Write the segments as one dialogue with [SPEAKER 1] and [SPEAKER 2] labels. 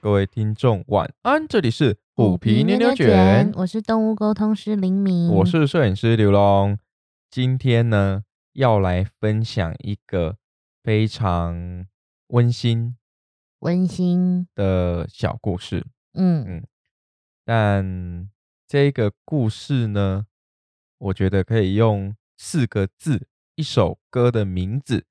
[SPEAKER 1] 各位听众晚安，这里是虎
[SPEAKER 2] 嗯
[SPEAKER 1] 皮牛牛卷，
[SPEAKER 2] 我是动物沟通师林明，
[SPEAKER 1] 我是摄影师刘龙。今天呢，要来分享一个非常温馨
[SPEAKER 2] 温馨，
[SPEAKER 1] 的小故事，
[SPEAKER 2] 嗯，
[SPEAKER 1] 但这个故事呢，我觉得可以用四个字、一首歌的名字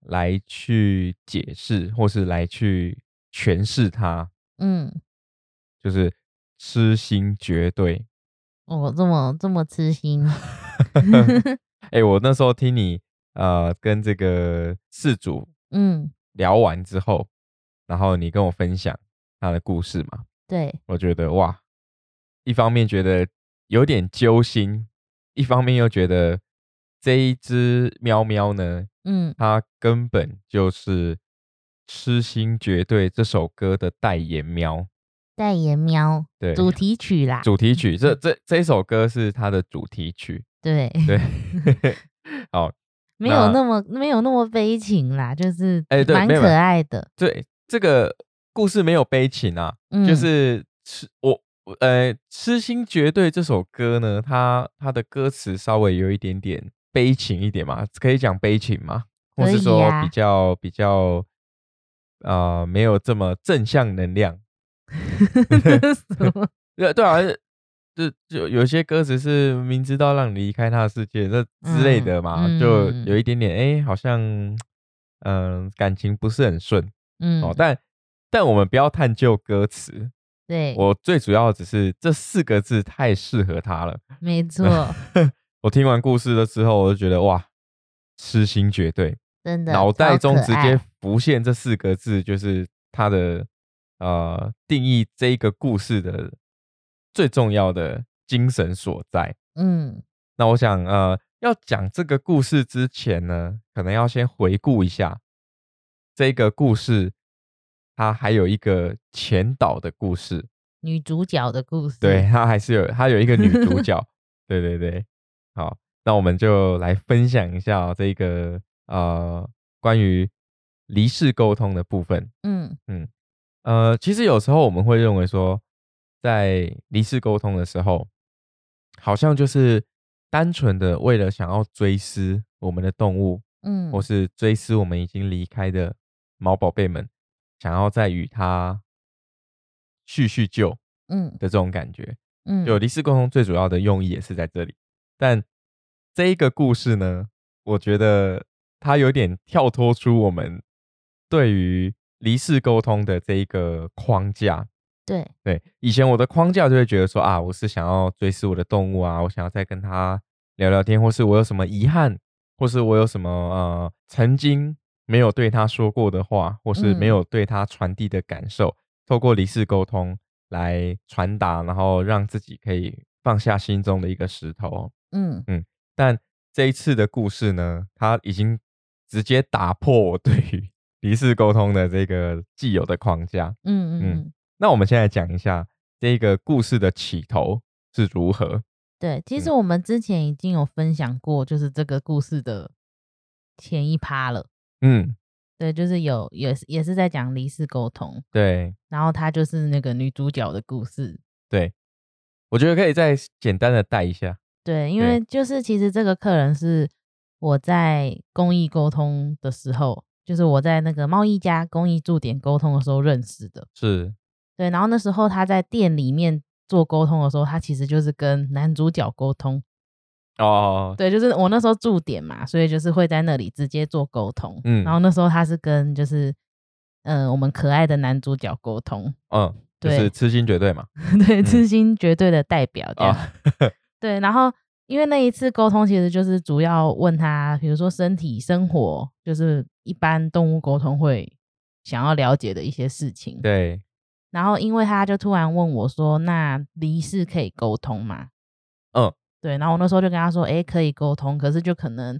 [SPEAKER 1] 来去解释，或是来去诠释它，
[SPEAKER 2] 嗯，
[SPEAKER 1] 就是痴心绝对。
[SPEAKER 2] 我、哦这么这么痴心，
[SPEAKER 1] 哎、我那时候听你呃跟这个事主
[SPEAKER 2] 嗯，
[SPEAKER 1] 聊完之后，然后你跟我分享他的故事嘛，
[SPEAKER 2] 对，
[SPEAKER 1] 我觉得哇，一方面觉得有点揪心，一方面又觉得这一只喵喵呢，
[SPEAKER 2] 嗯，
[SPEAKER 1] 它根本就是《痴心绝对》这首歌的代言喵。
[SPEAKER 2] 代言喵
[SPEAKER 1] 对，
[SPEAKER 2] 主题曲嗯啦，
[SPEAKER 1] 主题曲，这这这首歌是它的主题曲。
[SPEAKER 2] 对，
[SPEAKER 1] 对， 好，
[SPEAKER 2] 没有
[SPEAKER 1] 那
[SPEAKER 2] 那么没有那么悲情啦，就是
[SPEAKER 1] 哎对
[SPEAKER 2] 蛮
[SPEAKER 1] 没有
[SPEAKER 2] 可爱的，
[SPEAKER 1] 对这个故事没有悲情啊，
[SPEAKER 2] 嗯，
[SPEAKER 1] 就是痴我我呃《痴心绝对》这首歌呢，它它的歌词稍微有一点点悲情一点嘛，可以讲悲情吗？或
[SPEAKER 2] 可
[SPEAKER 1] 是
[SPEAKER 2] 以
[SPEAKER 1] 说
[SPEAKER 2] 啊
[SPEAKER 1] 比较、比较呃没有这么正向能量？
[SPEAKER 2] 什 么
[SPEAKER 1] 对对啊，就就有些歌词是明知道让你离开他的世界那之类的嘛，
[SPEAKER 2] 嗯
[SPEAKER 1] 就
[SPEAKER 2] 嗯
[SPEAKER 1] 有一点点哎、好像嗯、感情不是很顺
[SPEAKER 2] 嗯，
[SPEAKER 1] 哦，但但我们不要探究歌词，
[SPEAKER 2] 对，
[SPEAKER 1] 我最主要只是这四个字太适合他了。
[SPEAKER 2] 没 错，
[SPEAKER 1] 我听完故事了之后，我就觉得哇，痴心绝对，
[SPEAKER 2] 真的，
[SPEAKER 1] 脑袋
[SPEAKER 2] 超
[SPEAKER 1] 中
[SPEAKER 2] 可
[SPEAKER 1] 直接
[SPEAKER 2] 爱
[SPEAKER 1] 浮现这四个字，就是他的呃定义这一个故事的最重要的精神所在。
[SPEAKER 2] 嗯，
[SPEAKER 1] 那我想呃，要讲这个故事之前呢，可能要先回顾一下这个故事，它还有一个前导的故事。
[SPEAKER 2] 女主角的故事，
[SPEAKER 1] 对，，她还是有，她有一个女主角。对对对，好，那我们就来分享一下、哦这个呃关于离世沟通的部分。
[SPEAKER 2] 嗯，
[SPEAKER 1] 呃，其实有时候我们会认为说，在离世沟通的时候，好像就是单纯的为了想要追思我们的动物，
[SPEAKER 2] 嗯，
[SPEAKER 1] 或是追思我们已经离开的毛宝贝们，想要再与它叙叙旧
[SPEAKER 2] 嗯
[SPEAKER 1] 的这种感觉。
[SPEAKER 2] 嗯，
[SPEAKER 1] 就离世沟通最主要的用意也是在这里。但这一个故事呢，我觉得它有点跳脱出我们对于离世沟通的这一个框架。
[SPEAKER 2] 对，
[SPEAKER 1] 对，以前我的框架就会觉得说啊，我是想要追思我的动物啊，我想要再跟它聊聊天，或是我有什么遗憾，或是我有什么呃曾经没有对它说过的话，或是没
[SPEAKER 2] 嗯
[SPEAKER 1] 有对它传递的感受，透过离世沟通来传达，然后让自己可以放下心中的一个石头。
[SPEAKER 2] 嗯，
[SPEAKER 1] 但这一次的故事呢，它已经直接打破我对于 离世沟通的这个既有的框架。嗯
[SPEAKER 2] 嗯嗯嗯，
[SPEAKER 1] 那我们现在讲一下这个故事的起头是如何。
[SPEAKER 2] 对，其实
[SPEAKER 1] 嗯
[SPEAKER 2] 我们之前已经有分享过，就是这个故事的前一趴了。
[SPEAKER 1] 嗯，
[SPEAKER 2] 对，就是有也是也是在讲离世沟通，
[SPEAKER 1] 对
[SPEAKER 2] 然后它就是那个女主角的故事。
[SPEAKER 1] 对，我觉得可以再简单的带一下。
[SPEAKER 2] 对，因
[SPEAKER 1] 对
[SPEAKER 2] 为就是其实这个客人是我在公益沟通的时候，就是我在那个贸易家公益驻点沟通的时候认识的。
[SPEAKER 1] 是，
[SPEAKER 2] 对，然后那时候他在店里面做沟通的时候，他其实就是跟男主角沟通。
[SPEAKER 1] 哦，
[SPEAKER 2] 对，就是我那时候驻点嘛，所以就是会在那里直接做沟通。
[SPEAKER 1] 嗯
[SPEAKER 2] 然后那时候他是跟就是，呃，我们可爱的男主角沟通，
[SPEAKER 1] 嗯，就是
[SPEAKER 2] 对
[SPEAKER 1] 痴心绝对嘛。
[SPEAKER 2] 对，
[SPEAKER 1] 嗯
[SPEAKER 2] 痴心绝对的代表这样。
[SPEAKER 1] 啊，
[SPEAKER 2] 对，然后因为那一次沟通其实就是主要问他，比如说身体、生活，就是一般动物沟通会想要了解的一些事情。
[SPEAKER 1] 对，
[SPEAKER 2] 然后因为他就突然问我说：“那离世可以沟通吗？”
[SPEAKER 1] 嗯，
[SPEAKER 2] 对。然后我那时候就跟他说：“诶，可以沟通，可是就可能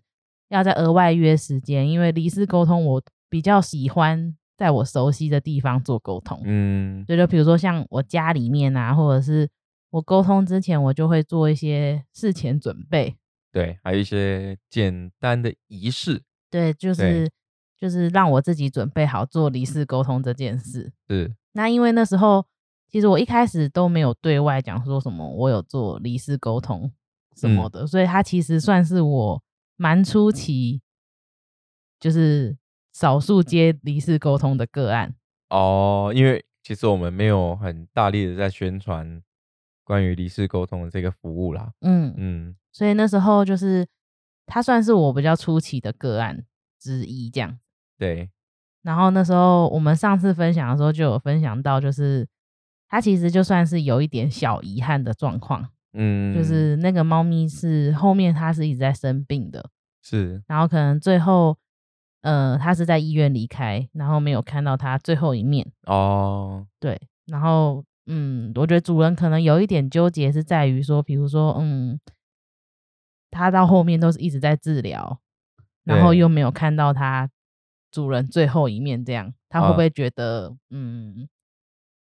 [SPEAKER 2] 要再额外约时间，因为离世沟通我比较喜欢在我熟悉的地方做沟通。
[SPEAKER 1] 嗯，
[SPEAKER 2] 对，就比如说像我家里面啊，或者是我沟通之前，我就会做一些事前准备。
[SPEAKER 1] 对，还有一些简单的仪式
[SPEAKER 2] 对，
[SPEAKER 1] 对
[SPEAKER 2] 就是就是让我自己准备好做离世沟通这件事。
[SPEAKER 1] 是，
[SPEAKER 2] 那因为那时候其实我一开始都没有对外讲说什么我有做离世沟通什么的，所以它其实算是我蛮初期，就是少数接离世沟通的个案。
[SPEAKER 1] 哦，因为其实我们没有很大力的在宣传关于离世沟通的这个服务啦。
[SPEAKER 2] 嗯，
[SPEAKER 1] 嗯，
[SPEAKER 2] 所以那时候就是它算是我比较初期的个案之一这样。
[SPEAKER 1] 对，
[SPEAKER 2] 然后那时候我们上次分享的时候就有分享到，就是它其实就算是有一点小遗憾的状况，
[SPEAKER 1] 嗯，
[SPEAKER 2] 就是那个猫咪是后面它是一直在生病的，
[SPEAKER 1] 是，
[SPEAKER 2] 然后可能最后呃它是在医院离开，然后没有看到它最后一面，
[SPEAKER 1] 哦，
[SPEAKER 2] 对，然后嗯，我觉得主人可能有一点纠结是在于说，比如说嗯，它到后面都是一直在治疗，然后
[SPEAKER 1] 对
[SPEAKER 2] 又没有看到它主人最后一面，这样它会
[SPEAKER 1] 啊
[SPEAKER 2] 不会觉得、嗯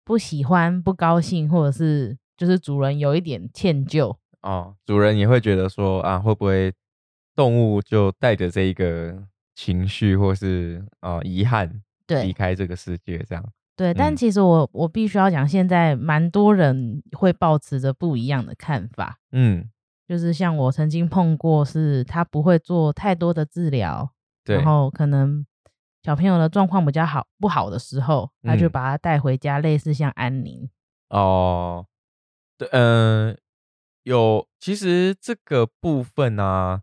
[SPEAKER 2] 不喜欢、不高兴，或者是就是主人有一点歉疚？
[SPEAKER 1] 哦，主人也会觉得说啊，会不会动物就带着这一个情绪或是啊遗憾离
[SPEAKER 2] 对
[SPEAKER 1] 开这个世界这样？
[SPEAKER 2] 对，但
[SPEAKER 1] 嗯
[SPEAKER 2] 其实我我必须要讲，现在蛮多人会抱持着不一样的看法。
[SPEAKER 1] 嗯，
[SPEAKER 2] 就是像我曾经碰过，是他不会做太多的治疗，
[SPEAKER 1] 对
[SPEAKER 2] 然，后可能小朋友的状况比较好不好的时候，他就
[SPEAKER 1] 嗯
[SPEAKER 2] 把他带回家，类似像安宁。
[SPEAKER 1] 哦，对，嗯、有，其实这个部分啊，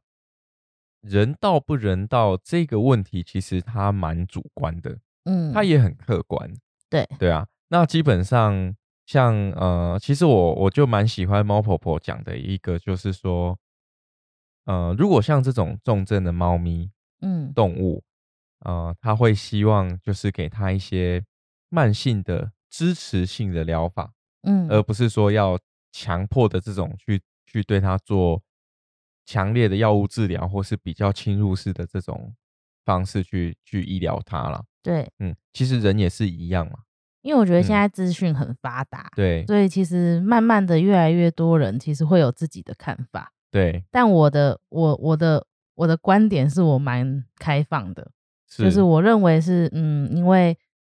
[SPEAKER 1] 人道不人道这个问题，其实它蛮主观的，
[SPEAKER 2] 嗯，
[SPEAKER 1] 它也很客观。
[SPEAKER 2] 对
[SPEAKER 1] 对啊，那基本上像呃，其实我我就蛮喜欢猫婆婆讲的一个，就是说，呃，如果像这种重症的猫咪
[SPEAKER 2] 嗯
[SPEAKER 1] 动物，呃，它会希望就是给它一些慢性的支持性的疗法，
[SPEAKER 2] 嗯
[SPEAKER 1] 而不是说要强迫的这种去去对它做强烈的药物治疗，或是比较侵入式的这种方式去去医疗它啦。
[SPEAKER 2] 对，
[SPEAKER 1] 嗯，其实人也是一样嘛，
[SPEAKER 2] 因为我觉得现
[SPEAKER 1] 嗯
[SPEAKER 2] 在资讯很发达，
[SPEAKER 1] 对
[SPEAKER 2] 所以其实慢慢的越来越多人其实会有自己的看法。
[SPEAKER 1] 对，
[SPEAKER 2] 但我的我我的我的观点是我蛮开放的，就是我认为是，嗯，因为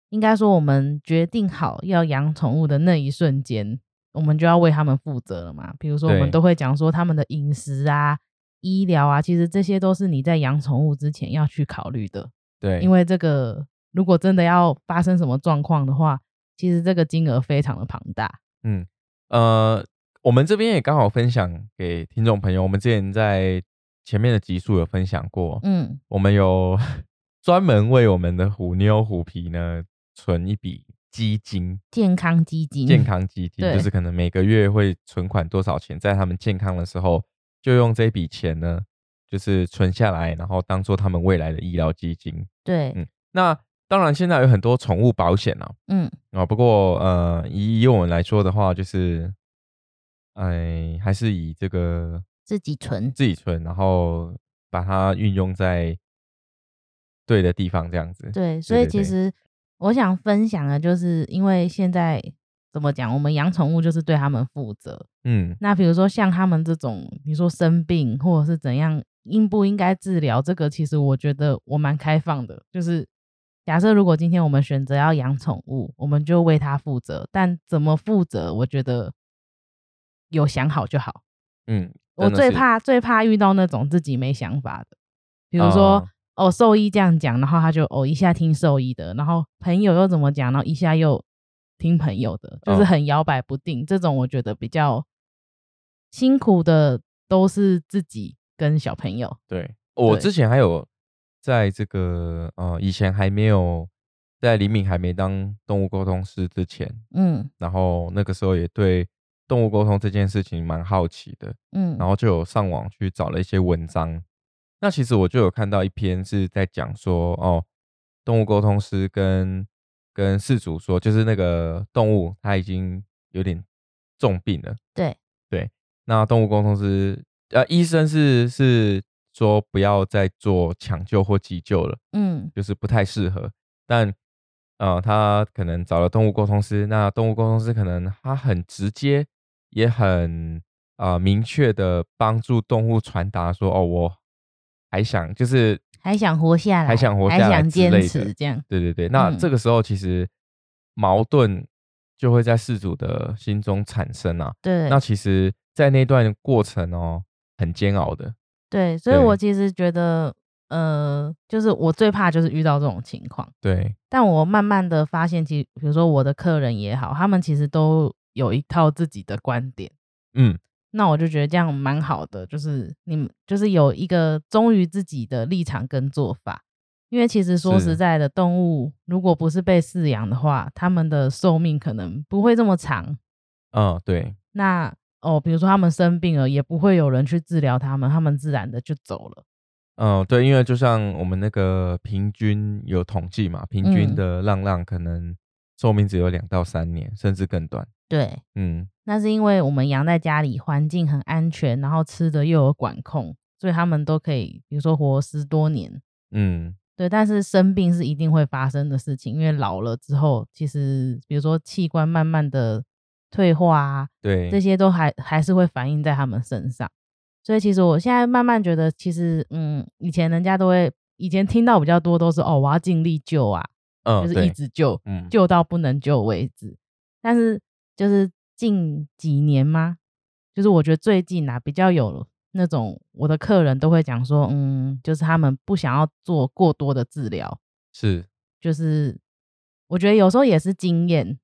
[SPEAKER 2] 应该说我们决定好要养宠物的那一瞬间，我们就要为他们负责了嘛。比如说，我
[SPEAKER 1] 对
[SPEAKER 2] 们都会讲说他们的饮食啊、医疗啊，其实这些都是你在养宠物之前要去考虑的，
[SPEAKER 1] 对，
[SPEAKER 2] 因为这个如果真的要发生什么状况的话，其实这个金额非常的庞大。
[SPEAKER 1] 呃，我们这边也刚好分享给听众朋友，我们之前在前面的集数有分享过，
[SPEAKER 2] 嗯，
[SPEAKER 1] 我们有 专门为我们的虎妞虎皮呢存一笔基金，
[SPEAKER 2] 健康基金，
[SPEAKER 1] 健，康基金，就
[SPEAKER 2] 嗯对
[SPEAKER 1] 是可能每个月会存款多少钱，在他们健康的时候，就用这笔钱呢，就是存下来，然后当做他们未来的医疗基金。
[SPEAKER 2] 对，
[SPEAKER 1] 嗯那当然，现在有很多宠物保险啊，
[SPEAKER 2] 嗯
[SPEAKER 1] 啊、不过呃，以以我们来说的话，就是，哎，还是以这个
[SPEAKER 2] 自己存，
[SPEAKER 1] 自己存，然后把它运用在对的地方，这样子。
[SPEAKER 2] 对，所以
[SPEAKER 1] 对
[SPEAKER 2] 其
[SPEAKER 1] 对
[SPEAKER 2] 实我想分享的就是，因为现在怎么讲，我们养宠物就是对他们负责。
[SPEAKER 1] 嗯，
[SPEAKER 2] 那比如说像他们这种，你说生病或者是怎样，应不应该治疗，这个其实我觉得我蛮开放的。就是假设如果今天我们选择要养宠物，我们就为它负责，但怎么负责，我觉得有想好就好。
[SPEAKER 1] 嗯，
[SPEAKER 2] 我
[SPEAKER 1] 真的
[SPEAKER 2] 最
[SPEAKER 1] 是
[SPEAKER 2] 怕最怕遇到那种自己没想法的，比如说、哦兽医这样讲，然后他就哦一下听兽医的，然后朋友又怎么讲，然后一下又听朋友的，就是
[SPEAKER 1] 嗯
[SPEAKER 2] 很摇摆不定。这种我觉得比较辛苦的都是自己跟小朋友。
[SPEAKER 1] 对，我
[SPEAKER 2] 对
[SPEAKER 1] 之前还有在这个呃，以前还没有在李敏还没当动物沟通师之前，
[SPEAKER 2] 嗯
[SPEAKER 1] 然后那个时候也对动物沟通这件事情蛮好奇的，
[SPEAKER 2] 嗯，
[SPEAKER 1] 然后就有上网去找了一些文章。那其实我就有看到一篇是在讲说，哦，动物沟通师跟跟事主说，就是那个动物它已经有点重病了。
[SPEAKER 2] 对
[SPEAKER 1] 对，那动物沟通师呃，医生是是说不要再做抢救或急救了，
[SPEAKER 2] 嗯
[SPEAKER 1] 就是不太适合。但呃，他可能找了动物沟通师，那动物沟通师可能他很直接，也很呃明确的帮助动物传达说，哦，我还想就是
[SPEAKER 2] 还想活下来，
[SPEAKER 1] 还想活
[SPEAKER 2] 还
[SPEAKER 1] 下来
[SPEAKER 2] 想
[SPEAKER 1] 之
[SPEAKER 2] 坚
[SPEAKER 1] 类的
[SPEAKER 2] 持这样。
[SPEAKER 1] 对对对，那
[SPEAKER 2] 嗯
[SPEAKER 1] 这个时候其实矛盾就会在事主的心中产生啊。
[SPEAKER 2] 对
[SPEAKER 1] 那其实，在那段过程哦，很煎熬的。
[SPEAKER 2] 对，所以我
[SPEAKER 1] 对
[SPEAKER 2] 其实觉得，呃，就是我最怕就是遇到这种情况。
[SPEAKER 1] 对，
[SPEAKER 2] 但我慢慢的发现，其实比如说我的客人也好，他们其实都有一套自己的观点。
[SPEAKER 1] 嗯，
[SPEAKER 2] 那我就觉得这样蛮好的，就是你们就是有一个忠于自己的立场跟做法。因为其实说
[SPEAKER 1] 是
[SPEAKER 2] 实在的，动物如果不是被饲养的话，它们的寿命可能不会这么长。
[SPEAKER 1] 嗯，对，
[SPEAKER 2] 那哦，比如说它们生病了，也不会有人去治疗它们，它们自然的就走了。
[SPEAKER 1] 嗯，对，因为就像我们那个平均有统计嘛，平均
[SPEAKER 2] 嗯
[SPEAKER 1] 的浪浪可能寿命只有两到三年，甚至更短。
[SPEAKER 2] 对，
[SPEAKER 1] 嗯，
[SPEAKER 2] 那是因为我们养在家里，环境很安全，然后吃的又有管控，所以它们都可以，比如说活十多年。
[SPEAKER 1] 嗯，
[SPEAKER 2] 对，但是生病是一定会发生的事情，因为老了之后，其实比如说器官慢慢的退化啊，
[SPEAKER 1] 对，
[SPEAKER 2] 这些都还还是会反映在他们身上。所以其实我现在慢慢觉得，其实嗯，以前人家都会，以前听到比较多都是哦，我要尽力救啊，
[SPEAKER 1] 嗯，
[SPEAKER 2] 就是
[SPEAKER 1] 对
[SPEAKER 2] 一直救，
[SPEAKER 1] 嗯，
[SPEAKER 2] 救到不能救为止。但是就是近几年吗？就是我觉得最近啊，比较有那种我的客人都会讲说，嗯，就是他们不想要做过多的治疗，
[SPEAKER 1] 是，
[SPEAKER 2] 就是我觉得有时候也是经验，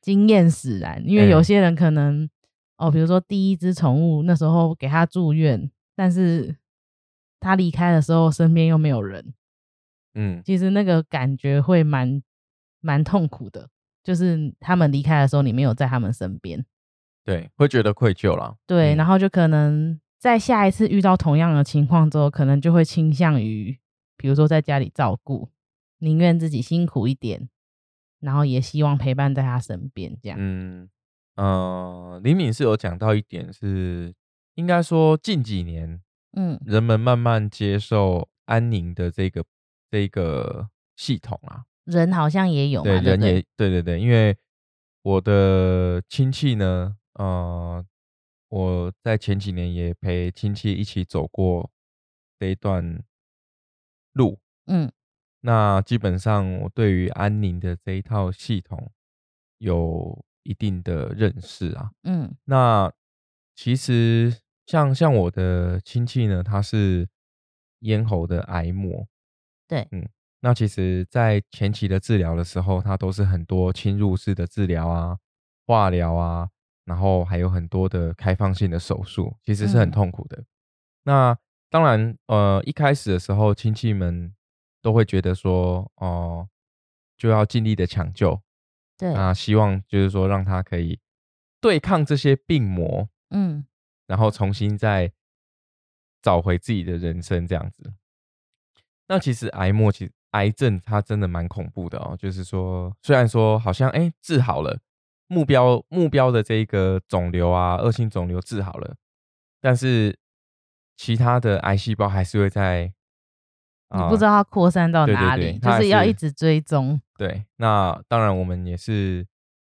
[SPEAKER 2] 经验使然，因为有
[SPEAKER 1] 哎
[SPEAKER 2] 些人可能、哦，比如说第一只宠物那时候给它住院，但是它离开的时候身边又没有人，
[SPEAKER 1] 嗯，
[SPEAKER 2] 其实那个感觉会蛮蛮痛苦的，就是他们离开的时候，你没有在他们身边，
[SPEAKER 1] 对，会觉得愧疚啦。
[SPEAKER 2] 对，
[SPEAKER 1] 嗯
[SPEAKER 2] 然后就可能在下一次遇到同样的情况之后，可能就会倾向于，比如说在家里照顾，宁愿自己辛苦一点，然后也希望陪伴在他身边，这样，
[SPEAKER 1] 嗯，呃，李敏是有讲到一点是，应该说近几年
[SPEAKER 2] 嗯
[SPEAKER 1] 人们慢慢接受安宁的这个这个系统啊，
[SPEAKER 2] 人好像也有嘛，对
[SPEAKER 1] 人
[SPEAKER 2] 不对
[SPEAKER 1] 也对对对，因为我的亲戚呢，呃，我在前几年也陪亲戚一起走过这一段路，
[SPEAKER 2] 嗯
[SPEAKER 1] 那基本上我对于安宁的这一套系统有一定的认识啊，
[SPEAKER 2] 嗯
[SPEAKER 1] 那其实像像我的亲戚呢，他是咽喉的癌末，
[SPEAKER 2] 对
[SPEAKER 1] 嗯，那其实，在前期的治疗的时候，他都是很多侵入式的治疗啊、化疗啊，然后还有很多的开放性的手术，其实是很
[SPEAKER 2] 嗯
[SPEAKER 1] 痛苦的。那当然，呃，一开始的时候，亲戚们都会觉得说，哦、就要尽力的抢救，
[SPEAKER 2] 对，
[SPEAKER 1] 那希望就是说让他可以对抗这些病魔，
[SPEAKER 2] 嗯
[SPEAKER 1] 然后重新再找回自己的人生这样子。那其实癌末其实癌症它真的蛮恐怖的哦，就是说虽然说好像哎、诶治好了，目标目标的这一个肿瘤啊恶性肿瘤治好了，但是其他的癌细胞还是会在。
[SPEAKER 2] 你
[SPEAKER 1] 啊
[SPEAKER 2] 不知道它扩散到
[SPEAKER 1] 对对
[SPEAKER 2] 哪里，
[SPEAKER 1] 对它还
[SPEAKER 2] 就是要一
[SPEAKER 1] 是
[SPEAKER 2] 直追踪，
[SPEAKER 1] 对，那当然我们也是，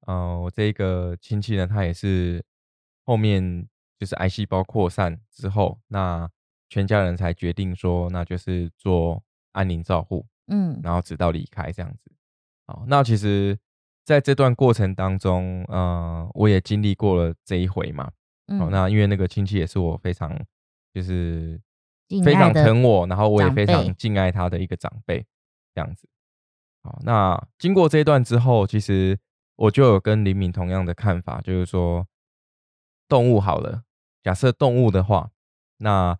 [SPEAKER 1] 呃，我这一个亲戚呢，他也是后面就是癌细胞扩散之后，那全家人才决定说，那就是做安宁照护，
[SPEAKER 2] 嗯
[SPEAKER 1] 然后直到离开这样子。好，那其实在这段过程当中，呃，我也经历过了这一回嘛。
[SPEAKER 2] 嗯，
[SPEAKER 1] 好，哦那因为那个亲戚也是我非常就是
[SPEAKER 2] 敬
[SPEAKER 1] 非
[SPEAKER 2] 爱
[SPEAKER 1] 常
[SPEAKER 2] 的
[SPEAKER 1] 疼我，然后我也
[SPEAKER 2] 长
[SPEAKER 1] 非
[SPEAKER 2] 辈
[SPEAKER 1] 常敬爱他的一个长辈，这样子。好，那经过这一段之后，其实我就有跟李敏同样的看法，就是说，动物好了，假设动物的话，那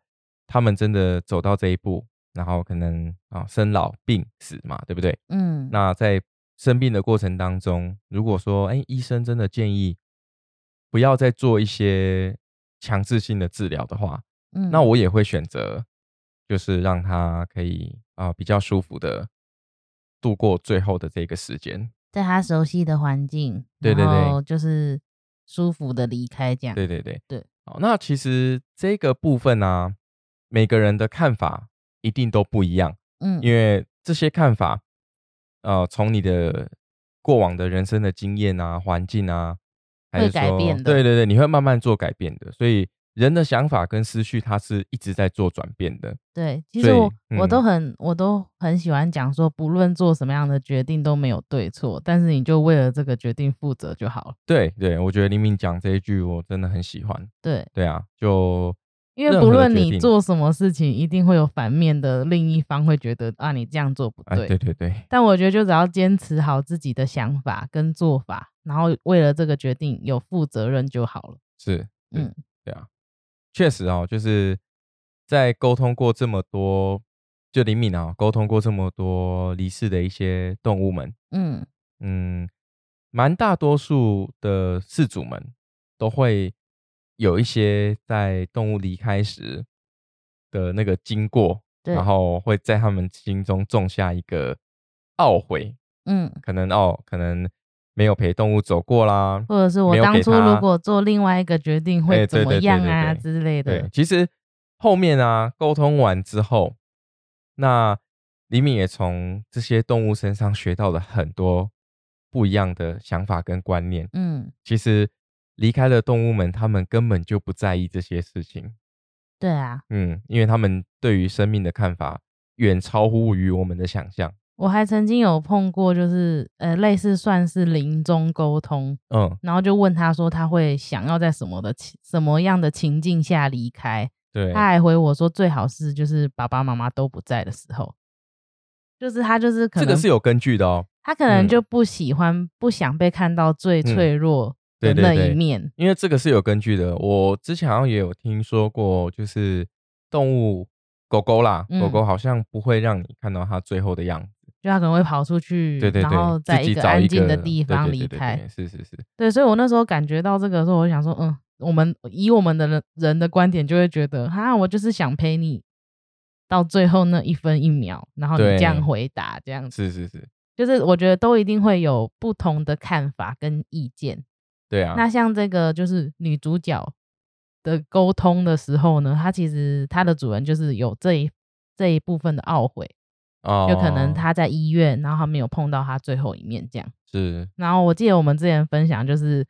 [SPEAKER 1] 他们真的走到这一步，然后可能啊生老病死嘛，对不对？
[SPEAKER 2] 嗯
[SPEAKER 1] 那在生病的过程当中，如果说哎、诶医生真的建议不要再做一些强制性的治疗的话，
[SPEAKER 2] 嗯
[SPEAKER 1] 那我也会选择就是让他可以啊、比较舒服的度过最后的这个时间。
[SPEAKER 2] 在他熟悉的环境，
[SPEAKER 1] 对对对
[SPEAKER 2] 然后就是舒服的离开这样，
[SPEAKER 1] 对对对
[SPEAKER 2] 对。
[SPEAKER 1] 好，那其实这个部分呢、每个人的看法一定都不一样。
[SPEAKER 2] 嗯，
[SPEAKER 1] 因为这些看法，呃，从你的过往的人生的经验啊、环境啊，还
[SPEAKER 2] 会
[SPEAKER 1] 是
[SPEAKER 2] 改
[SPEAKER 1] 说
[SPEAKER 2] 变的
[SPEAKER 1] 对对对，你会慢慢做改变的。所以人的想法跟思绪，它是一直在做转变的。
[SPEAKER 2] 对，其
[SPEAKER 1] 所
[SPEAKER 2] 实
[SPEAKER 1] 以
[SPEAKER 2] 我、我都
[SPEAKER 1] 嗯
[SPEAKER 2] 很我都很喜欢讲说，不论做什么样的决定都没有对错，但是你就为了这个决定负责就好了。
[SPEAKER 1] 对对，我觉得李敏讲这一句，我真的很喜欢。
[SPEAKER 2] 对，
[SPEAKER 1] 对啊，就
[SPEAKER 2] 因为
[SPEAKER 1] 任
[SPEAKER 2] 不
[SPEAKER 1] 何的
[SPEAKER 2] 论
[SPEAKER 1] 决
[SPEAKER 2] 你
[SPEAKER 1] 定
[SPEAKER 2] 做什么事情，一定会有反面的另一方会觉得啊，你这样做不
[SPEAKER 1] 哎，
[SPEAKER 2] 对。
[SPEAKER 1] 对对对，
[SPEAKER 2] 但我觉得就只要坚持好自己的想法跟做法，然后为了这个决定有负责任就好了。
[SPEAKER 1] 是，嗯
[SPEAKER 2] 嗯，
[SPEAKER 1] 对啊，确实哦，就是在沟通过这么多，就李敏啊，沟通过这么多离世的一些动物们，
[SPEAKER 2] 嗯，
[SPEAKER 1] 嗯，蛮大多数的饲主们都会有一些在动物离开时的那个经过，
[SPEAKER 2] 对
[SPEAKER 1] 然后会在他们心中种下一个懊悔，
[SPEAKER 2] 嗯，
[SPEAKER 1] 可能哦，可能没有陪动物走过啦，
[SPEAKER 2] 或者是我
[SPEAKER 1] 没有
[SPEAKER 2] 当
[SPEAKER 1] 给
[SPEAKER 2] 初如
[SPEAKER 1] 他
[SPEAKER 2] 果做另外一个决定
[SPEAKER 1] 哎
[SPEAKER 2] 会怎
[SPEAKER 1] 对
[SPEAKER 2] 么
[SPEAKER 1] 对对
[SPEAKER 2] 样
[SPEAKER 1] 对
[SPEAKER 2] 啊
[SPEAKER 1] 对
[SPEAKER 2] 之类的。
[SPEAKER 1] 对，其实后面啊，沟通完之后，那李敏也从这些动物身上学到了很多不一样的想法跟观念。
[SPEAKER 2] 嗯，
[SPEAKER 1] 其实离开了动物们，他们根本就不在意这些事情。
[SPEAKER 2] 对啊，
[SPEAKER 1] 嗯，因为他们对于生命的看法远超乎于我们的想象。
[SPEAKER 2] 我还曾经有碰过，就是呃，类似算是临终沟通，
[SPEAKER 1] 嗯，
[SPEAKER 2] 然后就问他说他会想要在什么的情什么样的情境下离开，
[SPEAKER 1] 对，
[SPEAKER 2] 他还回我说最好是就是爸爸妈妈都不在的时候，就是他就是可
[SPEAKER 1] 这
[SPEAKER 2] 能
[SPEAKER 1] 个是有根据的哦。
[SPEAKER 2] 他可能
[SPEAKER 1] 嗯
[SPEAKER 2] 就不喜欢、不想被看到最
[SPEAKER 1] 嗯
[SPEAKER 2] 脆弱
[SPEAKER 1] 对
[SPEAKER 2] 的
[SPEAKER 1] 对
[SPEAKER 2] 那一
[SPEAKER 1] 对
[SPEAKER 2] 面，
[SPEAKER 1] 因为这个是有根据的。我之前好像也有听说过，就是动物狗狗啦，
[SPEAKER 2] 嗯
[SPEAKER 1] 狗狗好像不会让你看到它最后的样子。
[SPEAKER 2] 就他可能会跑出去，
[SPEAKER 1] 对对对，
[SPEAKER 2] 然后在
[SPEAKER 1] 自己
[SPEAKER 2] 个
[SPEAKER 1] 找
[SPEAKER 2] 安
[SPEAKER 1] 一
[SPEAKER 2] 静的
[SPEAKER 1] 个
[SPEAKER 2] 地方离开。
[SPEAKER 1] 对对对对对是是是，
[SPEAKER 2] 对，所以我那时候感觉到这个的时候，我就想说，嗯，我们以我们的人人的观点，就会觉得，哈，我就是想陪你到最后那一分一秒，然后你这样
[SPEAKER 1] 对
[SPEAKER 2] 回答，这样子，
[SPEAKER 1] 是是是，
[SPEAKER 2] 就是我觉得都一定会有不同的看法跟意见。
[SPEAKER 1] 对啊。
[SPEAKER 2] 那像这个就是女主角的沟通的时候呢，她其实她的主人就是有这一这一部分的懊悔，
[SPEAKER 1] 哦
[SPEAKER 2] 就可能她在医院，然后她没有碰到她最后一面这样。
[SPEAKER 1] 是
[SPEAKER 2] 然后我记得我们之前分享就是，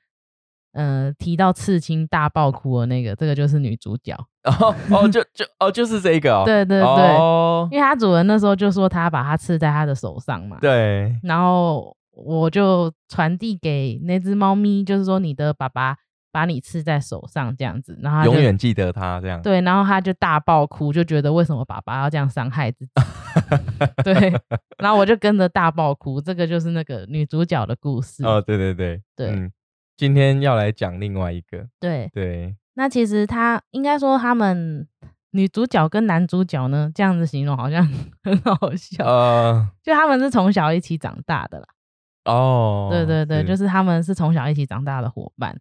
[SPEAKER 2] 呃，提到刺青大爆哭的那个，这个就是女主角，
[SPEAKER 1] 哦哦，就就哦，就是这个哦。
[SPEAKER 2] 对对对
[SPEAKER 1] 哦
[SPEAKER 2] 因为她主人那时候就说她把它刺在她的手上嘛，
[SPEAKER 1] 对，
[SPEAKER 2] 然后我就传递给那只猫咪，就是说你的爸爸把你刺在手上这样子，然后它就
[SPEAKER 1] 永远记得他这样。
[SPEAKER 2] 对，然后它就大爆哭，就觉得为什么爸爸要这样伤害自己， 对，然后我就跟着大爆哭，这个就是那个女主角的故事，
[SPEAKER 1] 哦，对对对
[SPEAKER 2] 对
[SPEAKER 1] 嗯，今天要来讲另外一个，
[SPEAKER 2] 对，
[SPEAKER 1] 对，
[SPEAKER 2] 那其实他应该说他们女主角跟男主角呢，这样子形容好像 很好笑，
[SPEAKER 1] 呃，
[SPEAKER 2] 就他们是从小一起长大的啦。
[SPEAKER 1] 哦，
[SPEAKER 2] 对对对，就是是他们是从小一起长大的伙伴。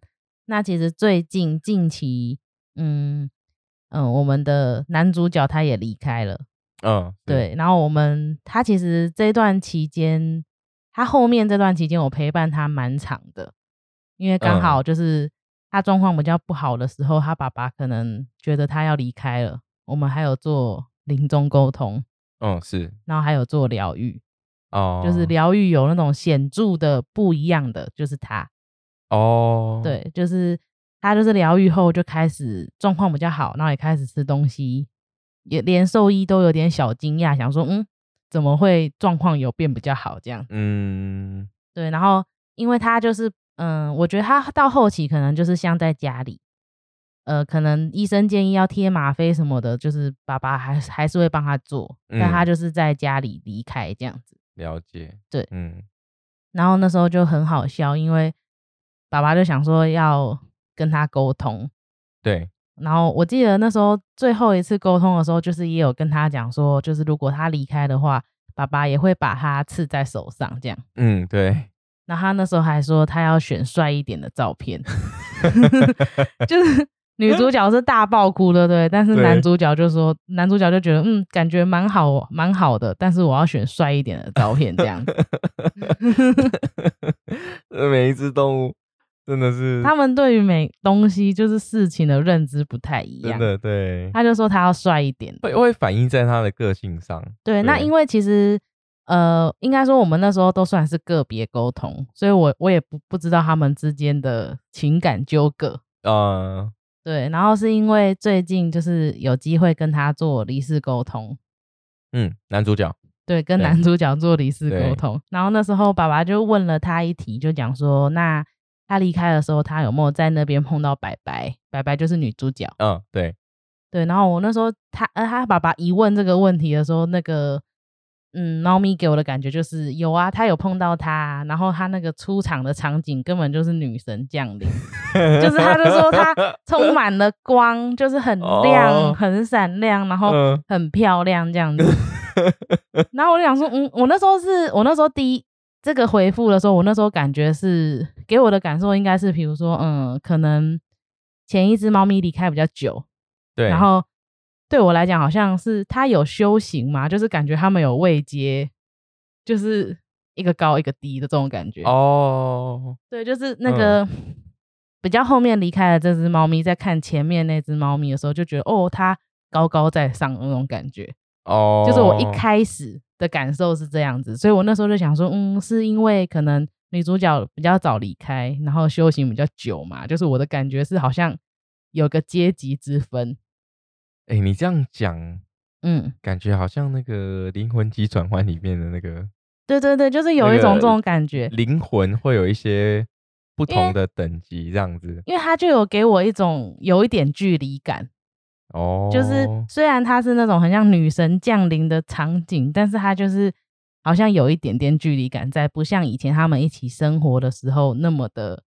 [SPEAKER 2] 那其实最近近期，嗯嗯，我们的男主角他也离开了，
[SPEAKER 1] 嗯，是，
[SPEAKER 2] 对，然后我们他其实这段期间，他后面这段期间我陪伴他蛮长的，因为刚
[SPEAKER 1] 嗯
[SPEAKER 2] 好就是他状况比较不好的时候，他爸爸可能觉得他要离开了，我们还有做临终沟通，
[SPEAKER 1] 嗯是，
[SPEAKER 2] 然后还有做疗愈，
[SPEAKER 1] 哦，
[SPEAKER 2] 就是疗愈有那种显著的不一样的，就是他，
[SPEAKER 1] 哦，，
[SPEAKER 2] 对，就是他就是疗愈后就开始状况比较好，然后也开始吃东西，也连兽医都有点小惊讶，想说嗯，怎么会状况有变比较好这样？
[SPEAKER 1] 嗯，
[SPEAKER 2] 对，然后因为他就是嗯，我觉得他到后期可能就是像在家里。呃，可能医生建议要贴吗啡什么的，就是爸爸还是还是会帮他做，但
[SPEAKER 1] 嗯
[SPEAKER 2] 他就是在家里离开这样子。
[SPEAKER 1] 了解，
[SPEAKER 2] 对
[SPEAKER 1] 嗯，
[SPEAKER 2] 然后那时候就很好笑，因为爸爸就想说要跟他沟通，
[SPEAKER 1] 对，
[SPEAKER 2] 然后我记得那时候最后一次沟通的时候，就是也有跟他讲说，就是如果他离开的话，爸爸也会把他刺在手上这样。
[SPEAKER 1] 嗯， 对，
[SPEAKER 2] 然后他那时候还说他要选帅一点的照片， 就是女主角是大爆哭的，对，但是
[SPEAKER 1] 对
[SPEAKER 2] 男主角就说，男主角就觉得嗯，感觉蛮好，蛮好的，但是我要选帅一点的照片这样。
[SPEAKER 1] 每一只动物真的是，
[SPEAKER 2] 他们对于每东西就是事情的认知不太一
[SPEAKER 1] 真
[SPEAKER 2] 样，
[SPEAKER 1] 的对，
[SPEAKER 2] 他就说他要帅一点，
[SPEAKER 1] 会会反映在他的个性上，
[SPEAKER 2] 对，那
[SPEAKER 1] 对
[SPEAKER 2] 因为其实呃，应该说我们那时候都算是个别沟通，所以我我也不不知道他们之间的情感纠葛。
[SPEAKER 1] 呃，
[SPEAKER 2] 对，然后是因为最近就是有机会跟他做离世沟通，
[SPEAKER 1] 嗯，男主角，
[SPEAKER 2] 对，跟
[SPEAKER 1] 对
[SPEAKER 2] 男主角做离世
[SPEAKER 1] 对
[SPEAKER 2] 沟通。然后那时候爸爸就问了他一题，就讲说，那他离开的时候，他有没有在那边碰到白白？白白就是女主角。
[SPEAKER 1] 嗯，对，
[SPEAKER 2] 对，然后我那时候他呃他爸爸一问这个问题的时候，那个嗯猫咪给我的感觉就是有啊，他有碰到他啊，然后他那个出场的场景根本就是女神降临，就是他就 说他充满了光，就是很亮、
[SPEAKER 1] 哦
[SPEAKER 2] 很闪亮，然后
[SPEAKER 1] 嗯，
[SPEAKER 2] 很漂亮 这样子。然后我就想说，嗯，我那时候是我那时候第一这个回复的时候，我那时候感觉是给我的感受应该是，比如说，嗯，可能前一只猫咪离开比较久，
[SPEAKER 1] 对，
[SPEAKER 2] 然后对我来讲，好像是他有修行嘛，就是感觉他们有位阶，就是一个高一个低的这种感觉。
[SPEAKER 1] 哦，
[SPEAKER 2] 对，就是那个、
[SPEAKER 1] 嗯
[SPEAKER 2] 比较后面离开的这只猫咪，在看前面那只猫咪的时候，就觉得哦，它高高在上的那种感觉。
[SPEAKER 1] 哦，
[SPEAKER 2] 就是我一，开始的感受是这样子，所以我那时候就想说，嗯，是因为可能女主角比较早离开，然后修行比较久嘛，就是我的感觉是好像有个阶级之分。
[SPEAKER 1] 哎、你这样讲，
[SPEAKER 2] 嗯，
[SPEAKER 1] 感觉好像那个《灵魂急转弯》里面的那个
[SPEAKER 2] 对对对，就是有
[SPEAKER 1] 那
[SPEAKER 2] 一种
[SPEAKER 1] 个嗯
[SPEAKER 2] 这种感觉，
[SPEAKER 1] 灵魂会有一些不
[SPEAKER 2] 因为
[SPEAKER 1] 同的等级这样子，
[SPEAKER 2] 因为他就有给我一种有一点距离感，
[SPEAKER 1] 哦，
[SPEAKER 2] 就是虽然他是那种很像女神降临的场景，但是他就是好像有一点点距离感在，不像以前他们一起生活的时候那么的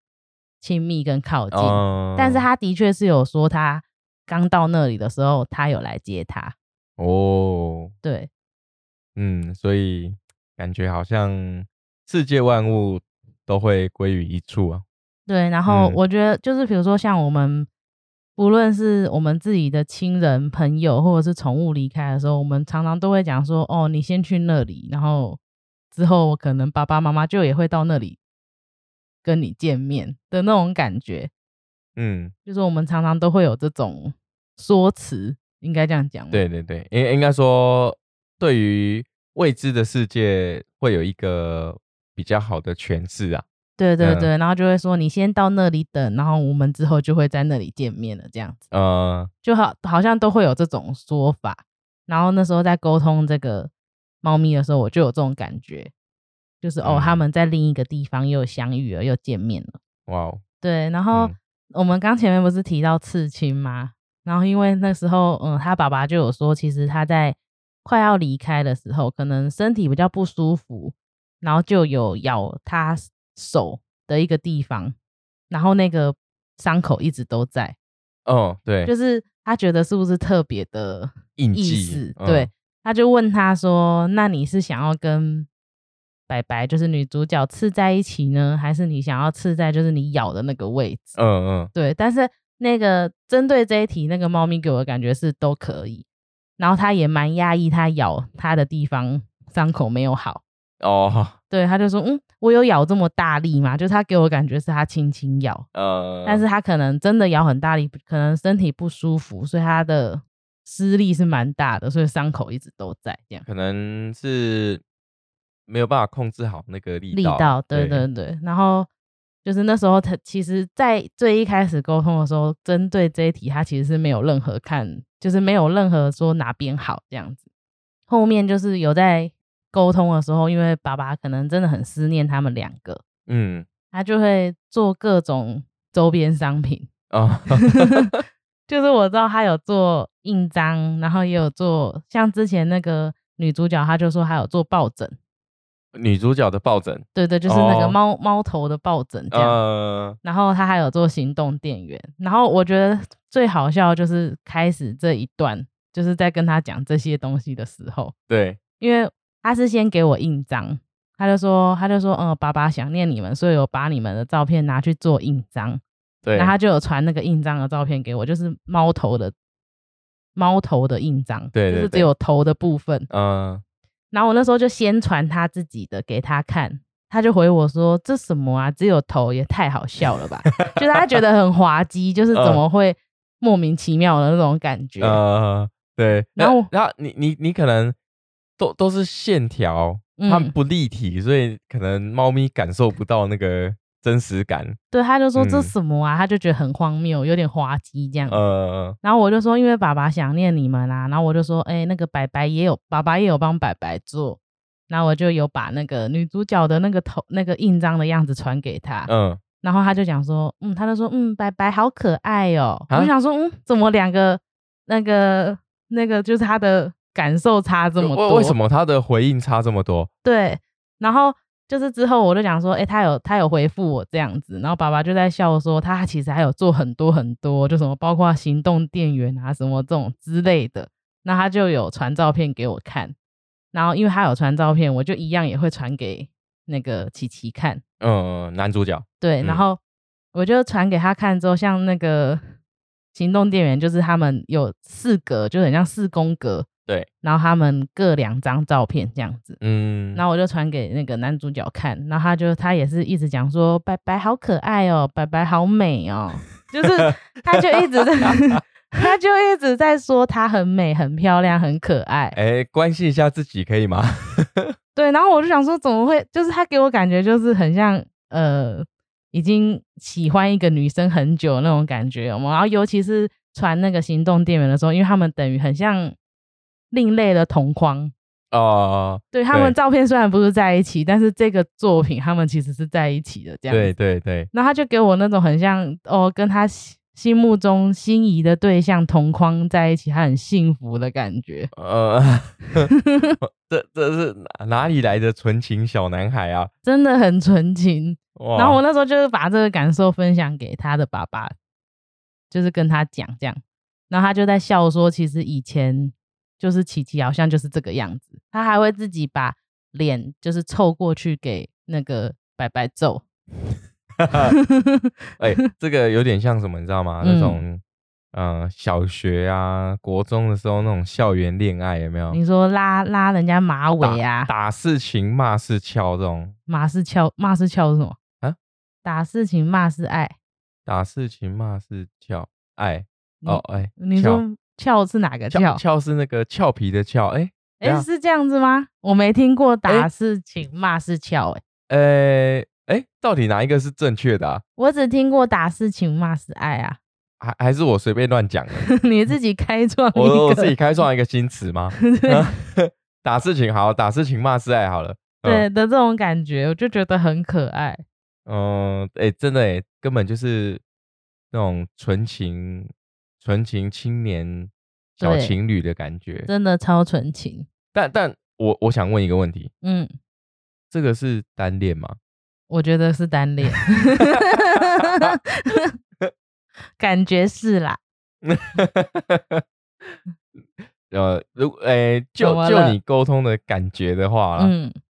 [SPEAKER 2] 亲密跟靠近。
[SPEAKER 1] 嗯，
[SPEAKER 2] 但是他的确是有说他刚到那里的时候，他有来接他，
[SPEAKER 1] 哦，
[SPEAKER 2] 对
[SPEAKER 1] 嗯，所以感觉好像世界万物都会归于一处啊。
[SPEAKER 2] 对。然后
[SPEAKER 1] 嗯
[SPEAKER 2] 我觉得就是比如说像我们。不论是我们自己的亲人、朋友，或者是宠物离开的时候，我们常常都会讲说：“哦，你先去那里，然后之后可能爸爸妈妈就也会到那里跟你见面的那种感觉。
[SPEAKER 1] 嗯，”
[SPEAKER 2] 就是我们常常都会有这种说辞，应该这样讲吗。
[SPEAKER 1] 对对对，应应该说，对于未知的世界会有一个比较好的诠释啊。
[SPEAKER 2] 对对
[SPEAKER 1] 嗯
[SPEAKER 2] 对，然后就会说你先到那里等，然后我们之后就会在那里见面了，这样子
[SPEAKER 1] 呃，
[SPEAKER 2] 就好，好像都会有这种说法。然后那时候在沟通这个猫咪的时候，我就有这种感觉，就是哦，他
[SPEAKER 1] 嗯
[SPEAKER 2] 们在另一个地方又相遇了，又见面了。
[SPEAKER 1] 哇哦，
[SPEAKER 2] 对，然后
[SPEAKER 1] 嗯
[SPEAKER 2] 我们刚前面不是提到刺青吗？然后因为那时候，嗯，他爸爸就有说，其实他在快要离开的时候，可能身体比较不舒服，然后就有咬他手的一个地方，然后那个伤口一直都在，
[SPEAKER 1] 哦，对，
[SPEAKER 2] 就是他觉得是不是特别的
[SPEAKER 1] 印
[SPEAKER 2] 意
[SPEAKER 1] 记
[SPEAKER 2] 思？
[SPEAKER 1] 嗯
[SPEAKER 2] 对，他就问他说：“那你是想要跟白白，就是女主角刺在一起呢，还是你想要刺在就是你咬的那个位置？”
[SPEAKER 1] 嗯嗯，
[SPEAKER 2] 对，但是那个针对这一题，那个猫咪给我的感觉是都可以，然后它也蛮压抑，它咬它的地方伤口没有好，
[SPEAKER 1] 哦，
[SPEAKER 2] 对，它就说，嗯，我有咬这么大力吗？就是它给我的感觉是它轻轻咬，
[SPEAKER 1] 呃，
[SPEAKER 2] 但是它可能真的咬很大力，可能身体不舒服，所以它的施力是蛮大的，所以伤口一直都在这样。
[SPEAKER 1] 可能是没有办法控制好那个力
[SPEAKER 2] 力
[SPEAKER 1] 道，
[SPEAKER 2] 道，对对对。然后就是那时候他其实，在最一开始沟通的时候，针对这一题，他其实是没有任何看，就是没有任何说哪边好这样子。后面就是有在沟通的时候，因为爸爸可能真的很思念他们两个，
[SPEAKER 1] 嗯，
[SPEAKER 2] 他就会做各种周边商品。
[SPEAKER 1] 哦，
[SPEAKER 2] 就是我知道他有做印章，然后也有做像之前那个女主角，她就说她有做抱枕，
[SPEAKER 1] 女主角的抱枕，
[SPEAKER 2] 对对，就是那个
[SPEAKER 1] 哦
[SPEAKER 2] 猫、猫头的抱枕这样子
[SPEAKER 1] 呃，
[SPEAKER 2] 然后他还有做行动电源。然后我觉得最好笑的就是开始这一段，就是在跟他讲这些东西的时候，
[SPEAKER 1] 对，
[SPEAKER 2] 因为他是先给我印章，他就说他就说，嗯，爸爸想念你们，所以我把你们的照片拿去做印章。
[SPEAKER 1] 对，
[SPEAKER 2] 然后他就有传那个印章的照片给我，就是猫头的猫头的印章，
[SPEAKER 1] 对对
[SPEAKER 2] 就是只
[SPEAKER 1] 对
[SPEAKER 2] 有头的部分。
[SPEAKER 1] 嗯，
[SPEAKER 2] 然后我那时候就先传他自己的给他看，他就回我说：“这什么啊，只有头也太好笑 了吧！”就是他觉得很滑稽，就是怎
[SPEAKER 1] 嗯
[SPEAKER 2] 么会莫名其妙的那种感觉。
[SPEAKER 1] 呃，对，
[SPEAKER 2] 然
[SPEAKER 1] 那
[SPEAKER 2] 后
[SPEAKER 1] 然后你你你可能都都是线条，它
[SPEAKER 2] 嗯
[SPEAKER 1] 不立体，所以可能猫咪感受不到那个真实感，
[SPEAKER 2] 对，他就说这
[SPEAKER 1] 嗯
[SPEAKER 2] 什么啊，他就觉得很荒谬，有点滑稽这样。
[SPEAKER 1] 呃，
[SPEAKER 2] 然后我就说，因为爸爸想念你们啊。然后我就说，哎、那个白白也有，爸爸也有帮白白做。然后我就有把那个女主角的那个头、那个印章的样子传给他。
[SPEAKER 1] 嗯，
[SPEAKER 2] 然后他就讲说，嗯，他就说，嗯，白白好可爱哦、我
[SPEAKER 1] 啊
[SPEAKER 2] 就想说，嗯，怎么两个那个那个就是他的感受差这么
[SPEAKER 1] 为
[SPEAKER 2] 多？
[SPEAKER 1] 为什？么他的回应差这么多？
[SPEAKER 2] 对，然后就是之后我就讲说，哎、他有他有回复我这样子，然后爸爸就在笑说，他其实还有做很多很多，就什么包括行动电源啊什么这种之类的。那他就有传照片给我看，然后因为他有传照片，我就一样也会传给那个琪琪看。
[SPEAKER 1] 嗯，男主角，
[SPEAKER 2] 对，
[SPEAKER 1] 嗯
[SPEAKER 2] 然后我就传给他看之后，像那个行动电源，就是他们有四格，就很像四宫格，
[SPEAKER 1] 对，
[SPEAKER 2] 然后他们各两张照片这样子。
[SPEAKER 1] 嗯，
[SPEAKER 2] 然后我就传给那个男主角看，然后他就他也是一直讲说白白好可爱哦，白白好美哦，就是他就一直在 他就一直在说她很美、很漂亮、很可爱。
[SPEAKER 1] 哎，关心一下自己可以吗？
[SPEAKER 2] 对，然后我就想说，怎么会？就是他给我感觉就是很像呃，已经喜欢一个女生很久的那种感觉，有没有然后尤其是传那个行动电源的时候，因为他们等于很像另类的同框。
[SPEAKER 1] 哦，
[SPEAKER 2] 对他们
[SPEAKER 1] 对
[SPEAKER 2] 照片虽然不是在一起，但是这个作品他们其实是在一起的这样。
[SPEAKER 1] 对。对对，
[SPEAKER 2] 然后他就给我那种很像哦，跟他心心目中心仪的对象同框在一起，他很幸福的感觉。
[SPEAKER 1] 呃，这这是哪哪里来的纯情小男孩啊？
[SPEAKER 2] 真的很纯情，
[SPEAKER 1] 哇，
[SPEAKER 2] 然后我那时候就是把这个感受分享给他的爸爸，就是跟他讲这样，然后他就在笑说，其实以前就是琪琪好像就是这个样子，他还会自己把脸就是凑过去给那个白白揍，
[SPEAKER 1] 啊 哎、这个有点像什么，你知道吗？
[SPEAKER 2] 嗯
[SPEAKER 1] 那种，呃，小学啊、国中的时候那种校园恋爱，有没有？
[SPEAKER 2] 你说拉拉人家马尾啊，
[SPEAKER 1] 嗯打是情，骂是俏，这种
[SPEAKER 2] 马是翘，骂是翘是什么
[SPEAKER 1] 啊？
[SPEAKER 2] 打是情，骂是爱。
[SPEAKER 1] 打是情，骂是俏，爱哦，哎，
[SPEAKER 2] 你
[SPEAKER 1] 翘
[SPEAKER 2] 说翘是哪个
[SPEAKER 1] 俏
[SPEAKER 2] 翘？
[SPEAKER 1] 俏是那个俏皮的俏，哎、
[SPEAKER 2] 哎、
[SPEAKER 1] 等一下
[SPEAKER 2] 是这样子吗？我没听过打
[SPEAKER 1] 哎
[SPEAKER 2] 是情，骂是翘、欸，
[SPEAKER 1] 呃，哎、到底哪一个是正确的啊？
[SPEAKER 2] 我只听过打是情，骂是爱啊，
[SPEAKER 1] 还还是我随便乱讲的？
[SPEAKER 2] 你自己开创一个，
[SPEAKER 1] 我我自己开创一个新词 吗？
[SPEAKER 2] 对
[SPEAKER 1] 打是情好，打是情，骂是爱好了。
[SPEAKER 2] 对的这种感觉，我就觉得很可爱。
[SPEAKER 1] 嗯，哎、真的哎、根本就是那种纯情、纯情青年小
[SPEAKER 2] 对
[SPEAKER 1] 情侣的感觉。
[SPEAKER 2] 真的超纯情。
[SPEAKER 1] 但但我我想问一个问题，
[SPEAKER 2] 嗯，
[SPEAKER 1] 这个是单恋吗？
[SPEAKER 2] 我觉得是单恋， 感觉是啦。
[SPEAKER 1] 呃，如哎、
[SPEAKER 2] 怎
[SPEAKER 1] 就
[SPEAKER 2] 么
[SPEAKER 1] 就
[SPEAKER 2] 了
[SPEAKER 1] 你沟通的感觉的话啦，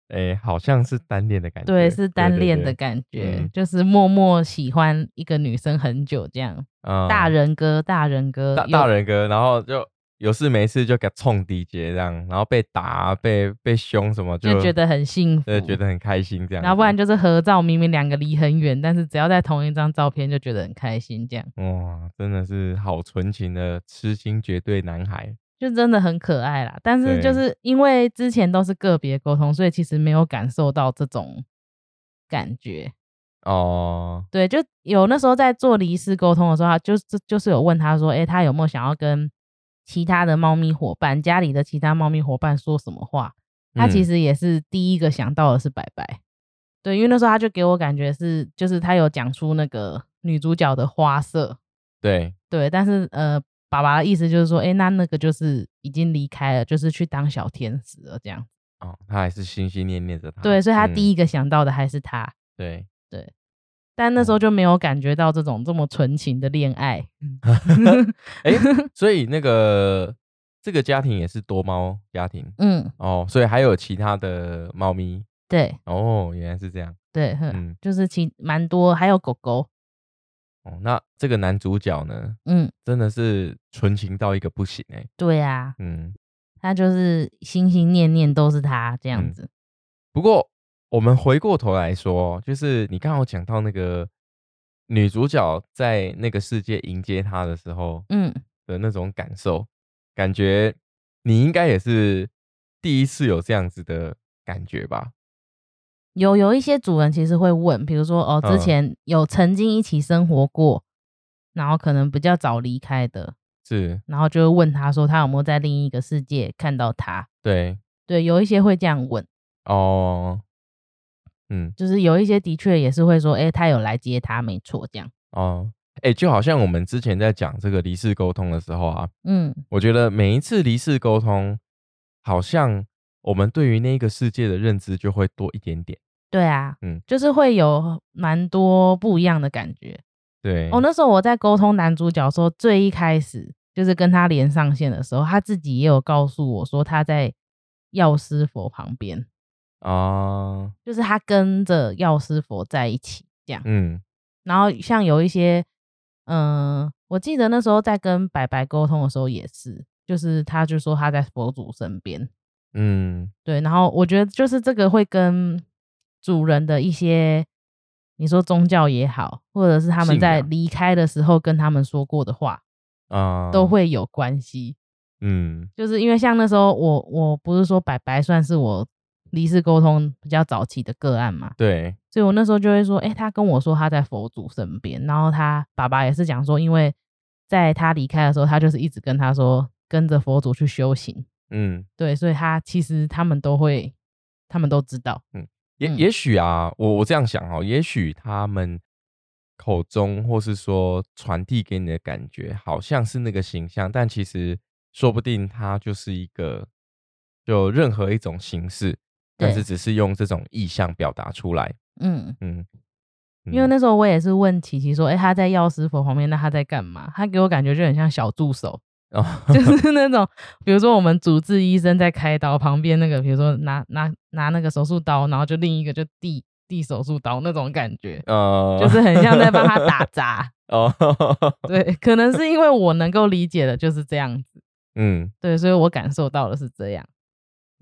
[SPEAKER 1] 哎、
[SPEAKER 2] 嗯，
[SPEAKER 1] 好像是单恋的感觉，
[SPEAKER 2] 对，是单恋的
[SPEAKER 1] 对
[SPEAKER 2] 感觉，
[SPEAKER 1] 嗯
[SPEAKER 2] 就是默默喜欢一个女生很久这样。
[SPEAKER 1] 嗯
[SPEAKER 2] 大人哥，大人哥，
[SPEAKER 1] 大
[SPEAKER 2] 有
[SPEAKER 1] 大人哥，然后就有事没事就给他冲底节这样，然后被打、啊被被凶什么，
[SPEAKER 2] 就觉得很幸福，
[SPEAKER 1] 对觉得很开心这样子。
[SPEAKER 2] 然后不然就是合照，明明两个离很远，但是只要在同一张照片就觉得很开心，这样
[SPEAKER 1] 哇，真的是好纯情的痴心绝对男孩。
[SPEAKER 2] 就真的很可爱啦。但是
[SPEAKER 1] 对
[SPEAKER 2] 就是因为之前都是个别沟通，所以其实没有感受到这种感觉。
[SPEAKER 1] 哦，
[SPEAKER 2] 对，就有那时候在做离世沟通的时候，他就是就是有问他说，诶，他有没有想要跟其他的猫咪伙伴、家里的其他猫咪伙伴说什么话？他其
[SPEAKER 1] 嗯
[SPEAKER 2] 实也是第一个想到的是白白。对，因为那时候他就给我感觉是，就是他有讲出那个女主角的花色，
[SPEAKER 1] 对，
[SPEAKER 2] 对，但是呃，爸爸的意思就是说，诶，那那个就是已经离开了，就是去当小天使了这样。
[SPEAKER 1] 哦，他还是心心念念着他。
[SPEAKER 2] 对，所以他第
[SPEAKER 1] 一、
[SPEAKER 2] 一个想到的还是他，
[SPEAKER 1] 对，
[SPEAKER 2] 但那时候
[SPEAKER 1] 哦
[SPEAKER 2] 就没有感觉到这种这么纯情的恋爱。
[SPEAKER 1] 嗯哎、所以那个这个家庭也是多猫家庭
[SPEAKER 2] 嗯，
[SPEAKER 1] 哦，所以还有其他的猫咪
[SPEAKER 2] 对
[SPEAKER 1] 哦，原来是这样。
[SPEAKER 2] 对，哼
[SPEAKER 1] 嗯，
[SPEAKER 2] 就是其蛮多，还有狗狗。
[SPEAKER 1] 哦，那这个男主角呢，
[SPEAKER 2] 嗯，
[SPEAKER 1] 真的是纯情到一个不行哎、
[SPEAKER 2] 对啊，
[SPEAKER 1] 嗯，
[SPEAKER 2] 他就是心心念念都是他这样
[SPEAKER 1] 嗯
[SPEAKER 2] 子。
[SPEAKER 1] 不过我们回过头来说，就是你刚好讲到那个女主角在那个世界迎接他的时候
[SPEAKER 2] 嗯
[SPEAKER 1] 的那种感受，感觉你应该也是第一次有这样子的感觉吧？
[SPEAKER 2] 有有一些主人其实会问，比如说哦，
[SPEAKER 1] 嗯
[SPEAKER 2] 之前有曾经一起生活过，然后可能比较早离开的，
[SPEAKER 1] 是
[SPEAKER 2] 然后就会问他说他有没有在另一个世界看到他。
[SPEAKER 1] 对
[SPEAKER 2] 对，有一些会这样问，
[SPEAKER 1] 哦，嗯
[SPEAKER 2] 就是有一些的确也是会说，诶，他有来接他，没错，这样。
[SPEAKER 1] 哦，哎、就好像我们之前在讲这个离世沟通的时候啊，
[SPEAKER 2] 嗯，
[SPEAKER 1] 我觉得每一次离世沟通，好像我们对于那个世界的认知就会多一点点。
[SPEAKER 2] 对啊，
[SPEAKER 1] 嗯
[SPEAKER 2] 嗯，就是会有蛮多不一样的感觉。
[SPEAKER 1] 对，
[SPEAKER 2] 哦，那时候我在沟通男主角的时候，最一开始就是跟他连上线的时候，他自己也有告诉我说他在药师佛旁边，
[SPEAKER 1] 啊，
[SPEAKER 2] 就是他跟着药师佛在一起这样。
[SPEAKER 1] 嗯，
[SPEAKER 2] 然后像有一些，嗯、我记得那时候在跟白白沟通的时候也是，就是他就说他在佛祖身边，
[SPEAKER 1] 嗯，
[SPEAKER 2] 对。然后我觉得就是这个会跟主人的一些，你说宗教也好，或者是他们
[SPEAKER 1] 信
[SPEAKER 2] 在
[SPEAKER 1] 仰
[SPEAKER 2] 离开的时候跟他们说过的话，
[SPEAKER 1] 啊，
[SPEAKER 2] 都，会有关系。
[SPEAKER 1] 嗯，
[SPEAKER 2] 就是因为像那时候我我不是说白白算是我离世沟通比较早期的个案嘛，
[SPEAKER 1] 对，
[SPEAKER 2] 所以我那时候就会说，诶，他跟我说他在佛祖身边，然后他爸爸也是讲说，因为在他离开的时候，他就是一直跟他说跟着佛祖去修行，
[SPEAKER 1] 嗯，
[SPEAKER 2] 对，所以他其实他们都会，他们都知道，
[SPEAKER 1] 也
[SPEAKER 2] 嗯
[SPEAKER 1] 也许啊，我我这样想哦，也许他们口中或是说传递给你的感觉，好像是那个形象，但其实说不定它就是一个就任何一种形式，但是
[SPEAKER 2] 对
[SPEAKER 1] 只是用这种意象表达出来。
[SPEAKER 2] 嗯。
[SPEAKER 1] 嗯，
[SPEAKER 2] 因为
[SPEAKER 1] 嗯
[SPEAKER 2] 那时候我也是问琪琪说，诶，他在药师佛旁边，那他在干嘛？他给我感觉就很像小 助手，
[SPEAKER 1] 哦，
[SPEAKER 2] 就是那种，比如说我们主治医生在开刀，旁边那个，比如说拿拿拿那个手术刀，然后就另一个就递递手术刀那种感觉，
[SPEAKER 1] 呃，
[SPEAKER 2] 就是很像在帮 他打杂。
[SPEAKER 1] 哦，
[SPEAKER 2] 对，可能是因为我能够理解的就是这样子，
[SPEAKER 1] 嗯
[SPEAKER 2] 对，所以我感受到的是这样。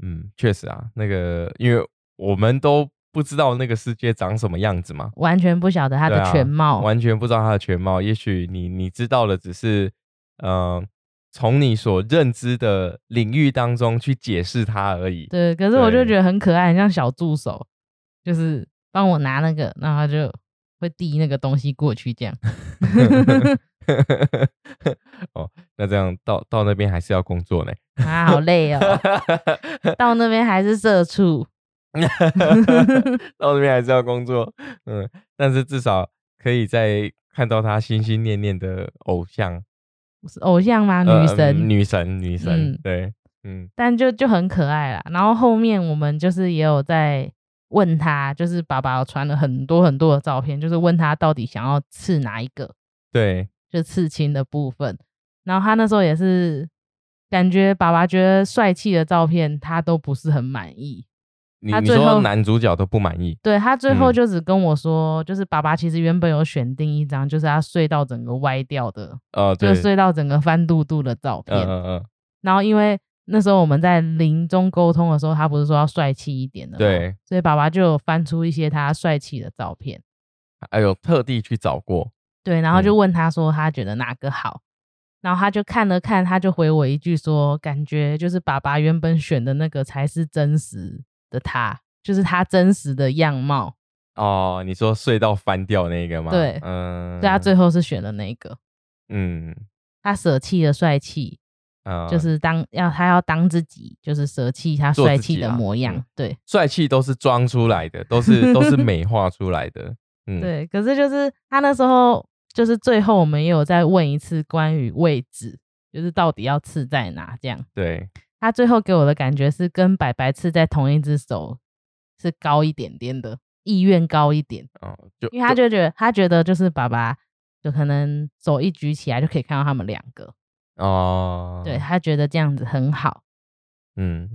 [SPEAKER 1] 嗯，确实啊，那个因为我们都不知道那个世界长什么样子嘛，
[SPEAKER 2] 完全不晓得他
[SPEAKER 1] 对
[SPEAKER 2] 的
[SPEAKER 1] 啊
[SPEAKER 2] 全貌，
[SPEAKER 1] 完全不知道它的全貌。也许你你知道的只是，呃，从你所认知的领域当中去解释它而已。
[SPEAKER 2] 对， 可是我就
[SPEAKER 1] 对
[SPEAKER 2] 觉得很可爱，很像小助手，就是帮我拿那个，然后他就会递那个东西过去，这样。
[SPEAKER 1] 哦，那这样到到那边还是要工作 呢。
[SPEAKER 2] 啊，好累哦，到那边还是社畜，
[SPEAKER 1] 到那边还是要工作，嗯，但是至少可以在看到他心心念念的偶像
[SPEAKER 2] 是偶像吗？女
[SPEAKER 1] 呃
[SPEAKER 2] 神，
[SPEAKER 1] 女神，女神，
[SPEAKER 2] 嗯
[SPEAKER 1] 对，嗯
[SPEAKER 2] 但就就很可爱啦。然后后面我们就是也有在问他，就是爸爸有传了很多很多的照片，就是问他到底想要刺哪一个，
[SPEAKER 1] 对，
[SPEAKER 2] 就刺青的部分。然后他那时候也是感觉爸爸觉得帅气的照片，他都不是很满意。
[SPEAKER 1] 你
[SPEAKER 2] 他
[SPEAKER 1] 你
[SPEAKER 2] 最
[SPEAKER 1] 说
[SPEAKER 2] 后
[SPEAKER 1] 男主角都不满意，
[SPEAKER 2] 对他最
[SPEAKER 1] 嗯
[SPEAKER 2] 后就只跟我说，就是爸爸其实原本有选定一张，就是他睡到整个歪掉的，
[SPEAKER 1] 呃，
[SPEAKER 2] 就
[SPEAKER 1] 对，
[SPEAKER 2] 睡到整个翻肚肚的照
[SPEAKER 1] 嗯
[SPEAKER 2] 片。
[SPEAKER 1] 嗯嗯，
[SPEAKER 2] 然后因为那时候我们在临终沟通的时候，他不是说要帅气一点的，，
[SPEAKER 1] 对，
[SPEAKER 2] 所以爸爸就有翻出一些他帅气的照片，
[SPEAKER 1] 还有哎特地去找过，
[SPEAKER 2] 对，然后就
[SPEAKER 1] 嗯
[SPEAKER 2] 问他说他觉得哪个好，然后他就看了看，他就回我一句说，感觉就是爸爸原本选的那个才是真实的他，就是他真实的样貌，
[SPEAKER 1] 哦，你说隧道翻掉那个吗？
[SPEAKER 2] 对
[SPEAKER 1] 嗯，
[SPEAKER 2] 所以他最后是选了那个，
[SPEAKER 1] 嗯
[SPEAKER 2] 他舍弃了帅气，
[SPEAKER 1] 啊，
[SPEAKER 2] 就
[SPEAKER 1] 呃
[SPEAKER 2] 是当要他要当自己，就是舍弃他
[SPEAKER 1] 做
[SPEAKER 2] 帅
[SPEAKER 1] 自
[SPEAKER 2] 气
[SPEAKER 1] 己
[SPEAKER 2] 的
[SPEAKER 1] 啦
[SPEAKER 2] 模样，
[SPEAKER 1] 嗯
[SPEAKER 2] 对。
[SPEAKER 1] 帅气都是装出来的，都是都是美化出来的，嗯，，
[SPEAKER 2] 对，可是就是他那时候，就是最后我们也有再问一次关于位置，就是到底要刺在哪这样。
[SPEAKER 1] 对，
[SPEAKER 2] 他最后给我的感觉是跟白白刺在同一只手是高一点点的，意愿高一点，
[SPEAKER 1] 哦，就
[SPEAKER 2] 因为他
[SPEAKER 1] 就
[SPEAKER 2] 就觉得他觉得就是爸爸就可能手一举起来就可以看到他们两个，
[SPEAKER 1] 哦，
[SPEAKER 2] 对，他觉得这样子很好。
[SPEAKER 1] 嗯，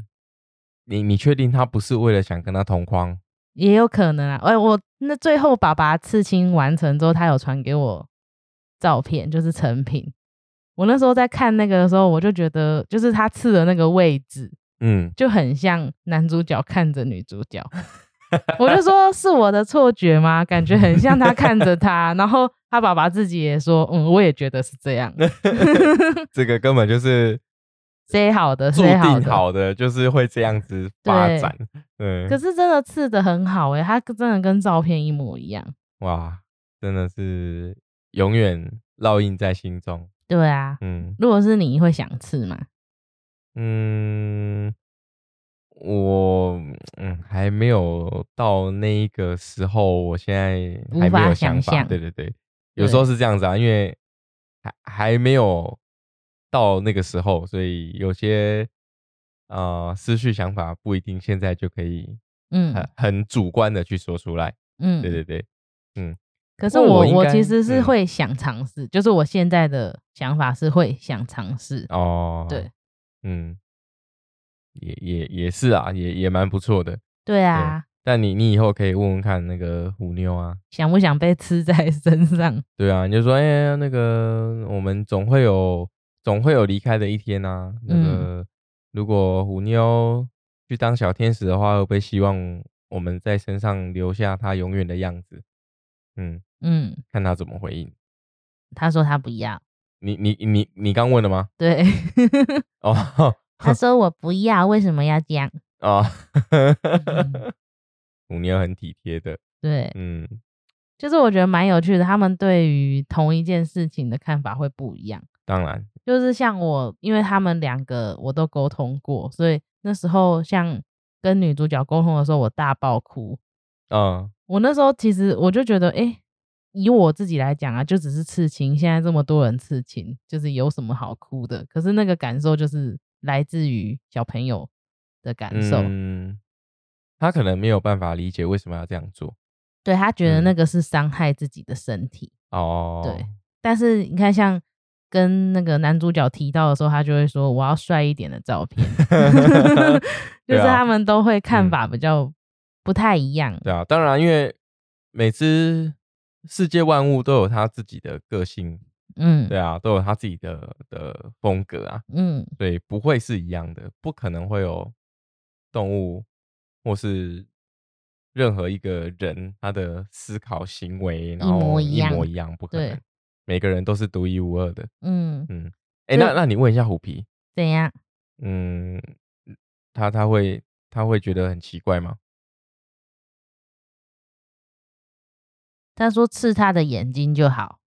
[SPEAKER 1] 你你确定他不是为了想跟他同框？
[SPEAKER 2] 也有可能啊，哎、我那最后爸爸刺青完成之后，他有传给我照片，就是成品。我那时候在看那个的时候，我就觉得，就是他刺的那个位置
[SPEAKER 1] 嗯，
[SPEAKER 2] 就很像男主角看着女主 角，我就说是我的错觉吗？感觉很像他看着他，然后他 爸爸自己也说，嗯，我也觉得是这样，
[SPEAKER 1] 这个根本就是
[SPEAKER 2] 塞好的，
[SPEAKER 1] 注
[SPEAKER 2] 塞好
[SPEAKER 1] 定
[SPEAKER 2] 的。
[SPEAKER 1] 好的就是会这样子发
[SPEAKER 2] 对
[SPEAKER 1] 展。 对，
[SPEAKER 2] 可是真的刺的很好诶、它真的跟照片一模一样。
[SPEAKER 1] 哇，真的是永远烙印在心中。
[SPEAKER 2] 对啊，
[SPEAKER 1] 嗯
[SPEAKER 2] 如果是你会想刺吗？
[SPEAKER 1] 嗯，我嗯还没有到那一个时候，我现在
[SPEAKER 2] 无
[SPEAKER 1] 还没
[SPEAKER 2] 法
[SPEAKER 1] 有想
[SPEAKER 2] 想
[SPEAKER 1] 法。
[SPEAKER 2] 象
[SPEAKER 1] 对对对，有时候是这样子啊，因为还还没有到那个时候，所以有些呃思绪想法不一定现在就可以
[SPEAKER 2] 嗯
[SPEAKER 1] 很很主观的去说出来。
[SPEAKER 2] 嗯，
[SPEAKER 1] 对对对，
[SPEAKER 2] 可是
[SPEAKER 1] 不过
[SPEAKER 2] 我
[SPEAKER 1] 我应
[SPEAKER 2] 我
[SPEAKER 1] 该
[SPEAKER 2] 其实是
[SPEAKER 1] 嗯
[SPEAKER 2] 会想尝试，就是我现在的想法是会想尝试。
[SPEAKER 1] 哦，
[SPEAKER 2] 对，
[SPEAKER 1] 嗯，也也也是啊，也也蛮不错的。
[SPEAKER 2] 对啊，
[SPEAKER 1] 但你你以后可以问问看那个虎妞啊，
[SPEAKER 2] 想不想被刺在身上？
[SPEAKER 1] 对啊，你就说，哎、那个我们总会有总会有离开的一天啊。那
[SPEAKER 2] 嗯
[SPEAKER 1] 个、如果虎妞去当小天使的话，会不会希望我们在身上留下她永远的样子？嗯，
[SPEAKER 2] 嗯，
[SPEAKER 1] 看她怎么回应。
[SPEAKER 2] 他说他不要，
[SPEAKER 1] 你你你你刚问了吗？
[SPEAKER 2] 对，
[SPEAKER 1] 哦
[SPEAKER 2] 他说我不要，为什么要这样？
[SPEAKER 1] 哦
[SPEAKER 2] 嗯，
[SPEAKER 1] 虎妞很体贴的，
[SPEAKER 2] 对，
[SPEAKER 1] 嗯，
[SPEAKER 2] 就是我觉得蛮有趣的，他们对于同一件事情的看法会不一样。
[SPEAKER 1] 当然，
[SPEAKER 2] 就是像我，因为他们两个我都沟通过，所以那时候像跟女主角沟通的时候，我大爆哭。
[SPEAKER 1] 嗯
[SPEAKER 2] 我那时候其实我就觉得，哎、以我自己来讲啊，就只是刺青，现在这么多人刺青，就是有什么好哭的？可是那个感受就是来自于小朋友的感受，
[SPEAKER 1] 嗯，他可能没有办法理解为什么要这样做
[SPEAKER 2] 对他觉得
[SPEAKER 1] 嗯
[SPEAKER 2] 那个是伤害自己的身体。
[SPEAKER 1] 哦。
[SPEAKER 2] 对但是你看，像跟那个男主角提到的时候，他就会说我要帅一点的照 片，就
[SPEAKER 1] 对
[SPEAKER 2] 是
[SPEAKER 1] 啊
[SPEAKER 2] 他们都会看
[SPEAKER 1] 嗯
[SPEAKER 2] 法比较不太一样。
[SPEAKER 1] 对啊，当然，因为每只世界万物都有它自己的个性，
[SPEAKER 2] 嗯
[SPEAKER 1] 对啊，都有它自己的的风格啊，
[SPEAKER 2] 嗯
[SPEAKER 1] 所以不会是一样的，不可能会有动物或是任何一个人他的思考行为，然
[SPEAKER 2] 模
[SPEAKER 1] 后
[SPEAKER 2] 一
[SPEAKER 1] 一
[SPEAKER 2] 样
[SPEAKER 1] 模一样，不可
[SPEAKER 2] 对
[SPEAKER 1] 能，每个人都是独一无二的。
[SPEAKER 2] 嗯，
[SPEAKER 1] 哎、
[SPEAKER 2] 对
[SPEAKER 1] 那那你问一下虎皮，
[SPEAKER 2] 怎样？
[SPEAKER 1] 嗯，他他会他会觉得很奇怪吗？
[SPEAKER 2] 他说刺他的眼睛就好。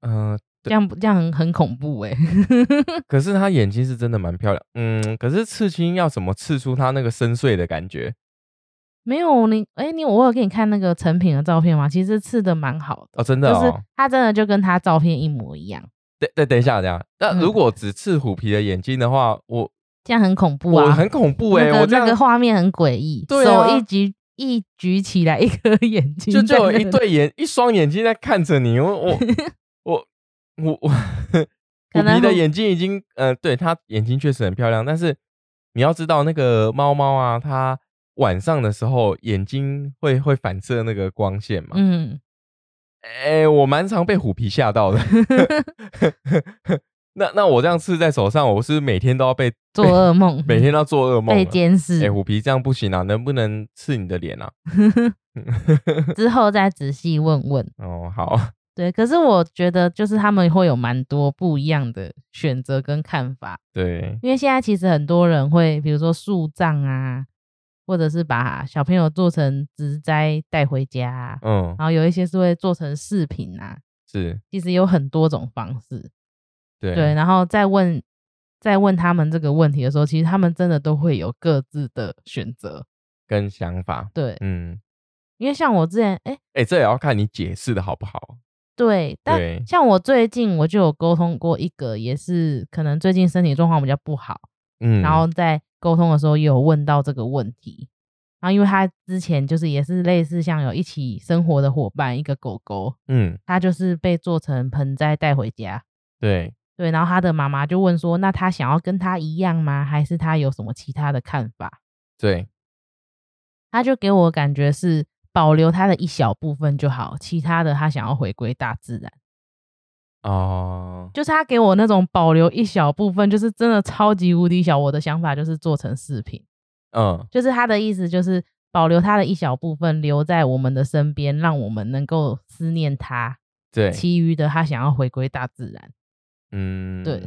[SPEAKER 1] 嗯、
[SPEAKER 2] 这样不这样很很恐怖哎、
[SPEAKER 1] 可是她眼睛是真的蛮漂亮，嗯，可是刺青要怎么刺出她那个深邃的感觉？
[SPEAKER 2] 没有你哎、你我有给你看那个成品的照片吗？其实刺的蛮好的，
[SPEAKER 1] 哦，真的
[SPEAKER 2] 就
[SPEAKER 1] 哦，
[SPEAKER 2] 是他真的就跟他照片一模一样，
[SPEAKER 1] 等等等一下，等一下，那
[SPEAKER 2] 嗯
[SPEAKER 1] 如果只刺虎皮的眼睛的话，我
[SPEAKER 2] 这样很恐怖啊！
[SPEAKER 1] 我很恐怖哎、
[SPEAKER 2] 那个
[SPEAKER 1] 我这
[SPEAKER 2] 那个
[SPEAKER 1] 样
[SPEAKER 2] 画面很诡异，
[SPEAKER 1] 对啊
[SPEAKER 2] 手一举一举起来一颗 眼睛
[SPEAKER 1] 就
[SPEAKER 2] 在
[SPEAKER 1] 只有
[SPEAKER 2] 那里，
[SPEAKER 1] 一对眼一双眼睛在看着你，我 我我我我，
[SPEAKER 2] 可
[SPEAKER 1] 虎
[SPEAKER 2] 能
[SPEAKER 1] 皮的
[SPEAKER 2] 会
[SPEAKER 1] 眼睛已经，呃，对，她眼睛确实很漂亮，但是你要知道那个猫猫啊，它晚上的时候眼睛会会反射那个光线嘛，
[SPEAKER 2] 嗯，
[SPEAKER 1] 哎、我蛮常被虎皮吓到的。 那那我这样刺在手上，我是每天都要被
[SPEAKER 2] 做噩梦，
[SPEAKER 1] 每天都要做噩梦
[SPEAKER 2] 被
[SPEAKER 1] 了。
[SPEAKER 2] 监
[SPEAKER 1] 哎、
[SPEAKER 2] 视、
[SPEAKER 1] 虎皮这样不行啊，能不能刺你的脸啊？
[SPEAKER 2] 之后再仔细问问。
[SPEAKER 1] 哦，好，
[SPEAKER 2] 对，可是我觉得就是他们会有蛮多不一样的选择跟看法，
[SPEAKER 1] 对，
[SPEAKER 2] 因为现在其实很多人会，比如说树葬啊，或者是把小朋友做成植栽带回家、啊，
[SPEAKER 1] 嗯，
[SPEAKER 2] 然后有一些是会做成饰品啊，
[SPEAKER 1] 是，
[SPEAKER 2] 其实有很多种方式。
[SPEAKER 1] 对，
[SPEAKER 2] 对，然后再问再问他们这个问题的时候，其实他们真的都会有各自的选择。
[SPEAKER 1] 跟想法，
[SPEAKER 2] 对，
[SPEAKER 1] 嗯，
[SPEAKER 2] 因为像我之前，哎，
[SPEAKER 1] 哎、这也要看你解释的好不好。
[SPEAKER 2] 对，但
[SPEAKER 1] 对
[SPEAKER 2] 像我最近我就有沟通过一个，也是可能最近身体状况比较不好，
[SPEAKER 1] 嗯，
[SPEAKER 2] 然后在沟通的时候也有问到这个问题。然后因为他之前就是也是类似像有一起生活的伙伴，一个狗狗，
[SPEAKER 1] 嗯，
[SPEAKER 2] 它就是被做成盆栽带回家。
[SPEAKER 1] 对，
[SPEAKER 2] 对，然后他的妈妈就问说：“那他想要跟他一样吗？还是他有什么其他的看法
[SPEAKER 1] 对，？”
[SPEAKER 2] 他就给我感觉是保留他的一小部分就好，其他的他想要回归大自然。
[SPEAKER 1] 哦，
[SPEAKER 2] 就是他给我那种保留一小部分，就是真的超级无敌小。我的想法就是做成饰品，
[SPEAKER 1] 嗯，
[SPEAKER 2] 就是他的意思就是保留他的一小部分留在我们的身边，让我们能够思念他。
[SPEAKER 1] 对，
[SPEAKER 2] 其余的他想要回归大自然，
[SPEAKER 1] 嗯，
[SPEAKER 2] 对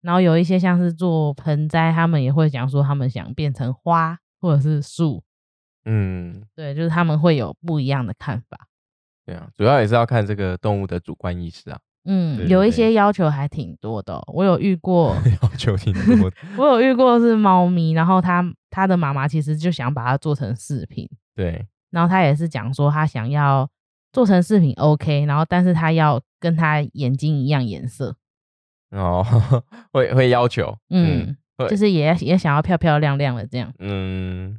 [SPEAKER 2] 然后有一些像是做盆栽，他们也会讲说他们想变成花或者是树，
[SPEAKER 1] 嗯，
[SPEAKER 2] 对，就是他们会有不一样的看法。
[SPEAKER 1] 对啊，主要也是要看这个动物的主观意识啊， 对
[SPEAKER 2] 嗯，有一
[SPEAKER 1] 对
[SPEAKER 2] 些要求还挺多的哦、我有遇过，
[SPEAKER 1] 要求挺 多的。
[SPEAKER 2] 我有遇过是猫咪，然后它它的妈妈其实就想把它做成饰品，
[SPEAKER 1] 对，
[SPEAKER 2] 然后他也是讲说他想要做成饰品 OK，然后但是他要跟他眼睛一样颜色，
[SPEAKER 1] 哦，会会要求，
[SPEAKER 2] 嗯，
[SPEAKER 1] 会
[SPEAKER 2] 就是也也想要漂漂亮亮的这样，
[SPEAKER 1] 嗯，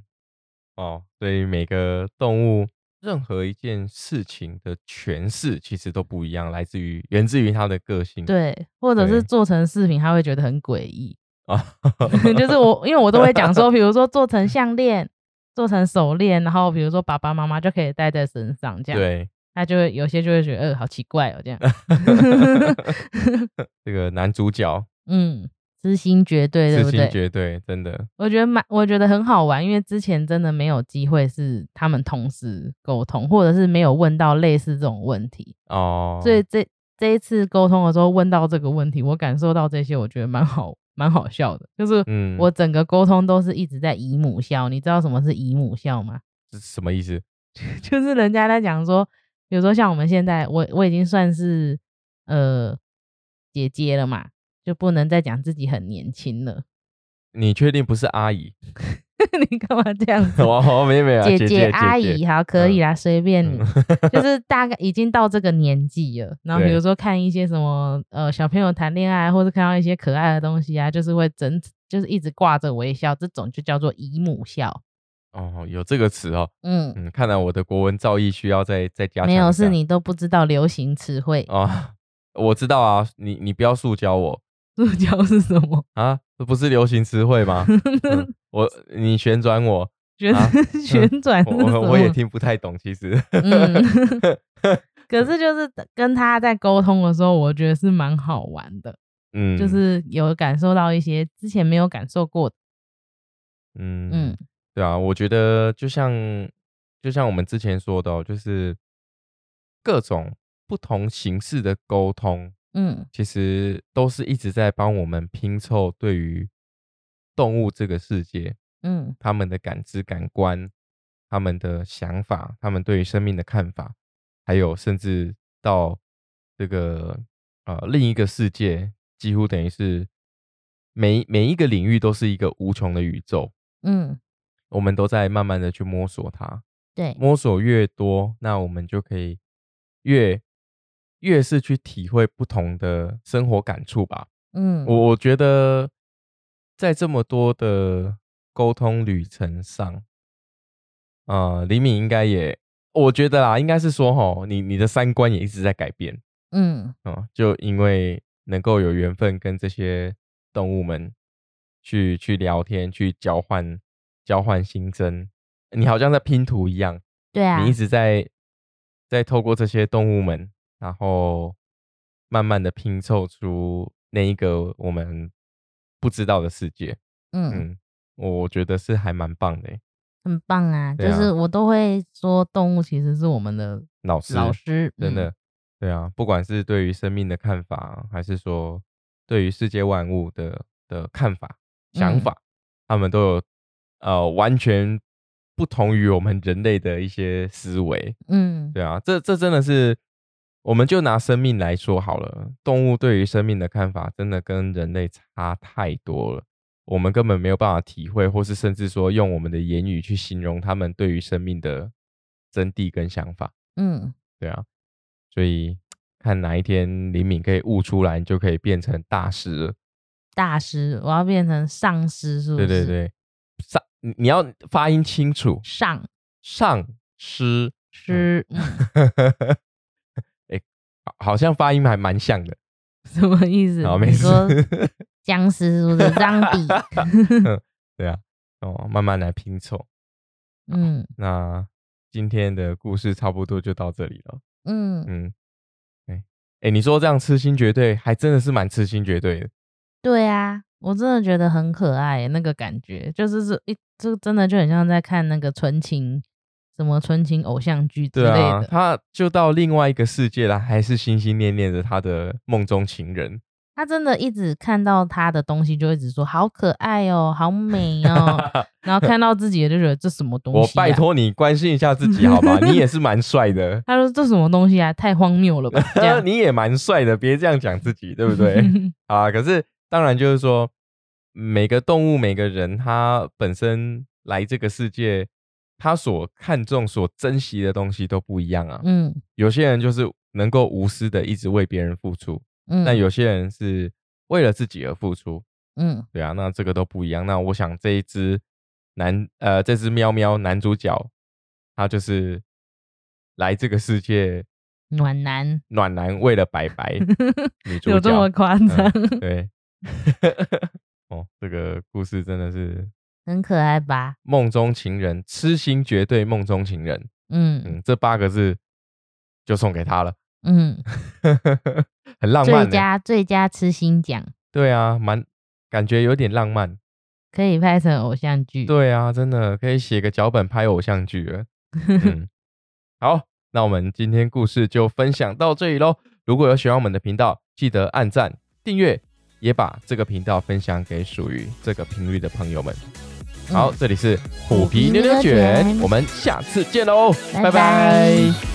[SPEAKER 1] 哦，对于每个动物，任何一件事情的诠释其实都不一样，来自于源自于它的个性。
[SPEAKER 2] 对，或者
[SPEAKER 1] 嗯对
[SPEAKER 2] 是做成饰品他会觉得很诡 异，
[SPEAKER 1] 啊，
[SPEAKER 2] 就是我因为我都会讲说，比如说做成项链。做成手链，然后比如说爸爸妈妈就可以戴在身上，这样，
[SPEAKER 1] 对，
[SPEAKER 2] 他就会有些就会觉得，呃，好奇怪哦，这 样，
[SPEAKER 1] 这个男主角
[SPEAKER 2] 嗯，知心绝对，对
[SPEAKER 1] 痴
[SPEAKER 2] 不
[SPEAKER 1] 心
[SPEAKER 2] 对？
[SPEAKER 1] 绝对，真的，
[SPEAKER 2] 我觉得蛮，我觉得很好玩，因为之前真的没有机会是他们同时沟通，或者是没有问到类似这种问题，
[SPEAKER 1] 哦，
[SPEAKER 2] 所以这这一次沟通的时候问到这个问题，我感受到这些，我觉得蛮好，蛮好笑的。就是
[SPEAKER 1] 嗯，
[SPEAKER 2] 我整个沟通都是一直在姨母笑，你知道什么是姨母笑吗？
[SPEAKER 1] 这是什么意思？
[SPEAKER 2] 就是人家在讲说，比如说像我们现在，我我已经算是呃姐姐了嘛，就不能再讲自己很年轻了。
[SPEAKER 1] 你确定不是阿姨？
[SPEAKER 2] 你干嘛这样子？
[SPEAKER 1] 哦，没有没有，姐
[SPEAKER 2] 姐
[SPEAKER 1] 姐
[SPEAKER 2] 阿
[SPEAKER 1] 姐
[SPEAKER 2] 姨，好，可以啦，随便你
[SPEAKER 1] 嗯，
[SPEAKER 2] 就是大概已经到这个年纪了。然后比
[SPEAKER 1] 对
[SPEAKER 2] 如说看一些什么呃小朋友谈恋爱，或是看到一些可爱的东西啊，就是会整就是一直挂着微笑，这种就叫做姨母笑。
[SPEAKER 1] 哦，有这个词哦，
[SPEAKER 2] 嗯，
[SPEAKER 1] 嗯，看来我的国文造诣需要再再嗯加强一
[SPEAKER 2] 没
[SPEAKER 1] 下。
[SPEAKER 2] 有是你都不知道流行词汇，
[SPEAKER 1] 哦， 我知道啊，你你不要塑胶我
[SPEAKER 2] 塑胶是什么？
[SPEAKER 1] 啊，这不是流行词汇 吗？嗯我你旋转我，
[SPEAKER 2] 旋
[SPEAKER 1] 啊
[SPEAKER 2] 旋转是
[SPEAKER 1] 我
[SPEAKER 2] 什么？
[SPEAKER 1] 我我也听不太懂，其 实，
[SPEAKER 2] 嗯， 可是就是跟他在沟通的时候，我觉得是蛮好玩的，
[SPEAKER 1] 嗯，
[SPEAKER 2] 就是有感受到一些之前没有感受过的。
[SPEAKER 1] 嗯
[SPEAKER 2] 嗯
[SPEAKER 1] 嗯，对啊，我觉得就像就像我们之前说的哦、就是各种不同形式的沟通，
[SPEAKER 2] 嗯
[SPEAKER 1] 其实都是一直在帮我们拼凑对于动物这个世界
[SPEAKER 2] 嗯。
[SPEAKER 1] 他们的感知、感官、他们的想法、他们对于生命的看法，还有甚至到这个呃另一个世界，几乎等于是每每一个领域都是一个无穷的宇宙，
[SPEAKER 2] 嗯，
[SPEAKER 1] 我们都在慢慢的去摸索它。
[SPEAKER 2] 对，
[SPEAKER 1] 摸索越多，那我们就可以越越是去体会不同的生活感触吧。
[SPEAKER 2] 嗯，
[SPEAKER 1] 我我觉得在这么多的沟通旅程上，呃，李敏应该也，我觉得啦，应该是说吼，你你的三观也一直在改变
[SPEAKER 2] 嗯
[SPEAKER 1] 啊、呃就因为能够有缘分跟这些动物们去去聊天，去交换交换新增，你好像在拼图一样，
[SPEAKER 2] 对啊
[SPEAKER 1] 你一，直在在透过这些动物们，然后慢慢的拼凑出那一个我们不知道的世界。
[SPEAKER 2] 嗯，
[SPEAKER 1] 嗯，我觉得是还蛮棒的欸。
[SPEAKER 2] 很棒啊，
[SPEAKER 1] 对
[SPEAKER 2] 就
[SPEAKER 1] 啊
[SPEAKER 2] 是我都会说动物其实是我们的
[SPEAKER 1] 老师，
[SPEAKER 2] 老师，
[SPEAKER 1] 真的，
[SPEAKER 2] 嗯，
[SPEAKER 1] 对啊，不管是对于生命的看法，还是说对于世界万物的的看法、想
[SPEAKER 2] 嗯
[SPEAKER 1] 法，他们都有呃完全不同于我们人类的一些思维。
[SPEAKER 2] 嗯，
[SPEAKER 1] 对啊，这这真的是，我们就拿生命来说好了，动物对于生命的看法真的跟人类差太多了，我们根本没有办法体会，或是甚至说用我们的言语去形容他们对于生命的真谛跟想法。
[SPEAKER 2] 嗯，
[SPEAKER 1] 对啊，所以看哪一天李敏可以悟出来，你就可以变成大师了。
[SPEAKER 2] 大师，我要变成上师，是不
[SPEAKER 1] 对
[SPEAKER 2] 嗯
[SPEAKER 1] 对，
[SPEAKER 2] 是？
[SPEAKER 1] 对，上你你要发音清楚，
[SPEAKER 2] 上
[SPEAKER 1] 上师，
[SPEAKER 2] 师，嗯
[SPEAKER 1] 哎、好好像发音还蛮像的。
[SPEAKER 2] 什么意思？
[SPEAKER 1] 好，没
[SPEAKER 2] 你
[SPEAKER 1] 事。
[SPEAKER 2] 说僵尸是不是？张比，
[SPEAKER 1] 对啊，哦，慢慢来拼凑。
[SPEAKER 2] 嗯
[SPEAKER 1] 那今天的故事差不多就到这里了。
[SPEAKER 2] 嗯，
[SPEAKER 1] 嗯，哎、哎、你说这样痴心绝对，还真的是蛮痴心绝对的。
[SPEAKER 2] 对啊。我真的觉得很可爱，那个感觉就是是一，这真的就很像在看那个纯情，什么纯情偶像剧之
[SPEAKER 1] 对啊
[SPEAKER 2] 类的。
[SPEAKER 1] 啊，他就到另外一个世界了，还是心心念念着他的梦中情人。
[SPEAKER 2] 他真的一直看到他的东西就一直说好可爱哦，好 美哦，然后看到自己的就觉得这什么东西、啊，，
[SPEAKER 1] 我拜托你关心一下自己好吗？你也是蛮帅的
[SPEAKER 2] 他说这什么东西啊，太荒谬 了吧？这样
[SPEAKER 1] 你也蛮帅的，别这样讲自己，对不 对？啊，可是当然就是说，每个动物、每个人，他本身来这个世界，他所看重、所珍惜的东西都不一样啊。
[SPEAKER 2] 嗯
[SPEAKER 1] 有些人就是能够无私的一直为别人付出，
[SPEAKER 2] 嗯，
[SPEAKER 1] 但有些人是为了自己而付出，
[SPEAKER 2] 嗯
[SPEAKER 1] 对啊，那这个都不一样。那我想这一只男呃，这只喵喵男主角，他就是来这个世界
[SPEAKER 2] 暖男
[SPEAKER 1] 暖男，为了白 白女主角。
[SPEAKER 2] 有这么夸张，
[SPEAKER 1] 嗯 对，哦，这个故事真的是
[SPEAKER 2] 很可爱吧？
[SPEAKER 1] 梦中情人，痴心绝对梦中情人。
[SPEAKER 2] 嗯
[SPEAKER 1] 嗯，这八个字就送给他了，
[SPEAKER 2] 嗯，
[SPEAKER 1] 很浪漫、
[SPEAKER 2] 最
[SPEAKER 1] 欸。
[SPEAKER 2] 佳最佳痴心奖
[SPEAKER 1] 对啊，蛮感觉有点浪漫。
[SPEAKER 2] 可以拍成偶像剧。
[SPEAKER 1] 对啊，真的可以写个脚本拍偶像剧了。嗯，好，那我们今天故事就分享到这里喽。如果有喜欢我们的频道，记得按赞、订阅，也把这个频道分享给属于这个频率的朋友们。
[SPEAKER 2] 嗯
[SPEAKER 1] 好，这里是虎皮牛牛
[SPEAKER 2] 虎皮牛牛
[SPEAKER 1] 卷，
[SPEAKER 2] 卷
[SPEAKER 1] 我们下次见喽，
[SPEAKER 2] 拜
[SPEAKER 1] 拜
[SPEAKER 2] 拜
[SPEAKER 1] 拜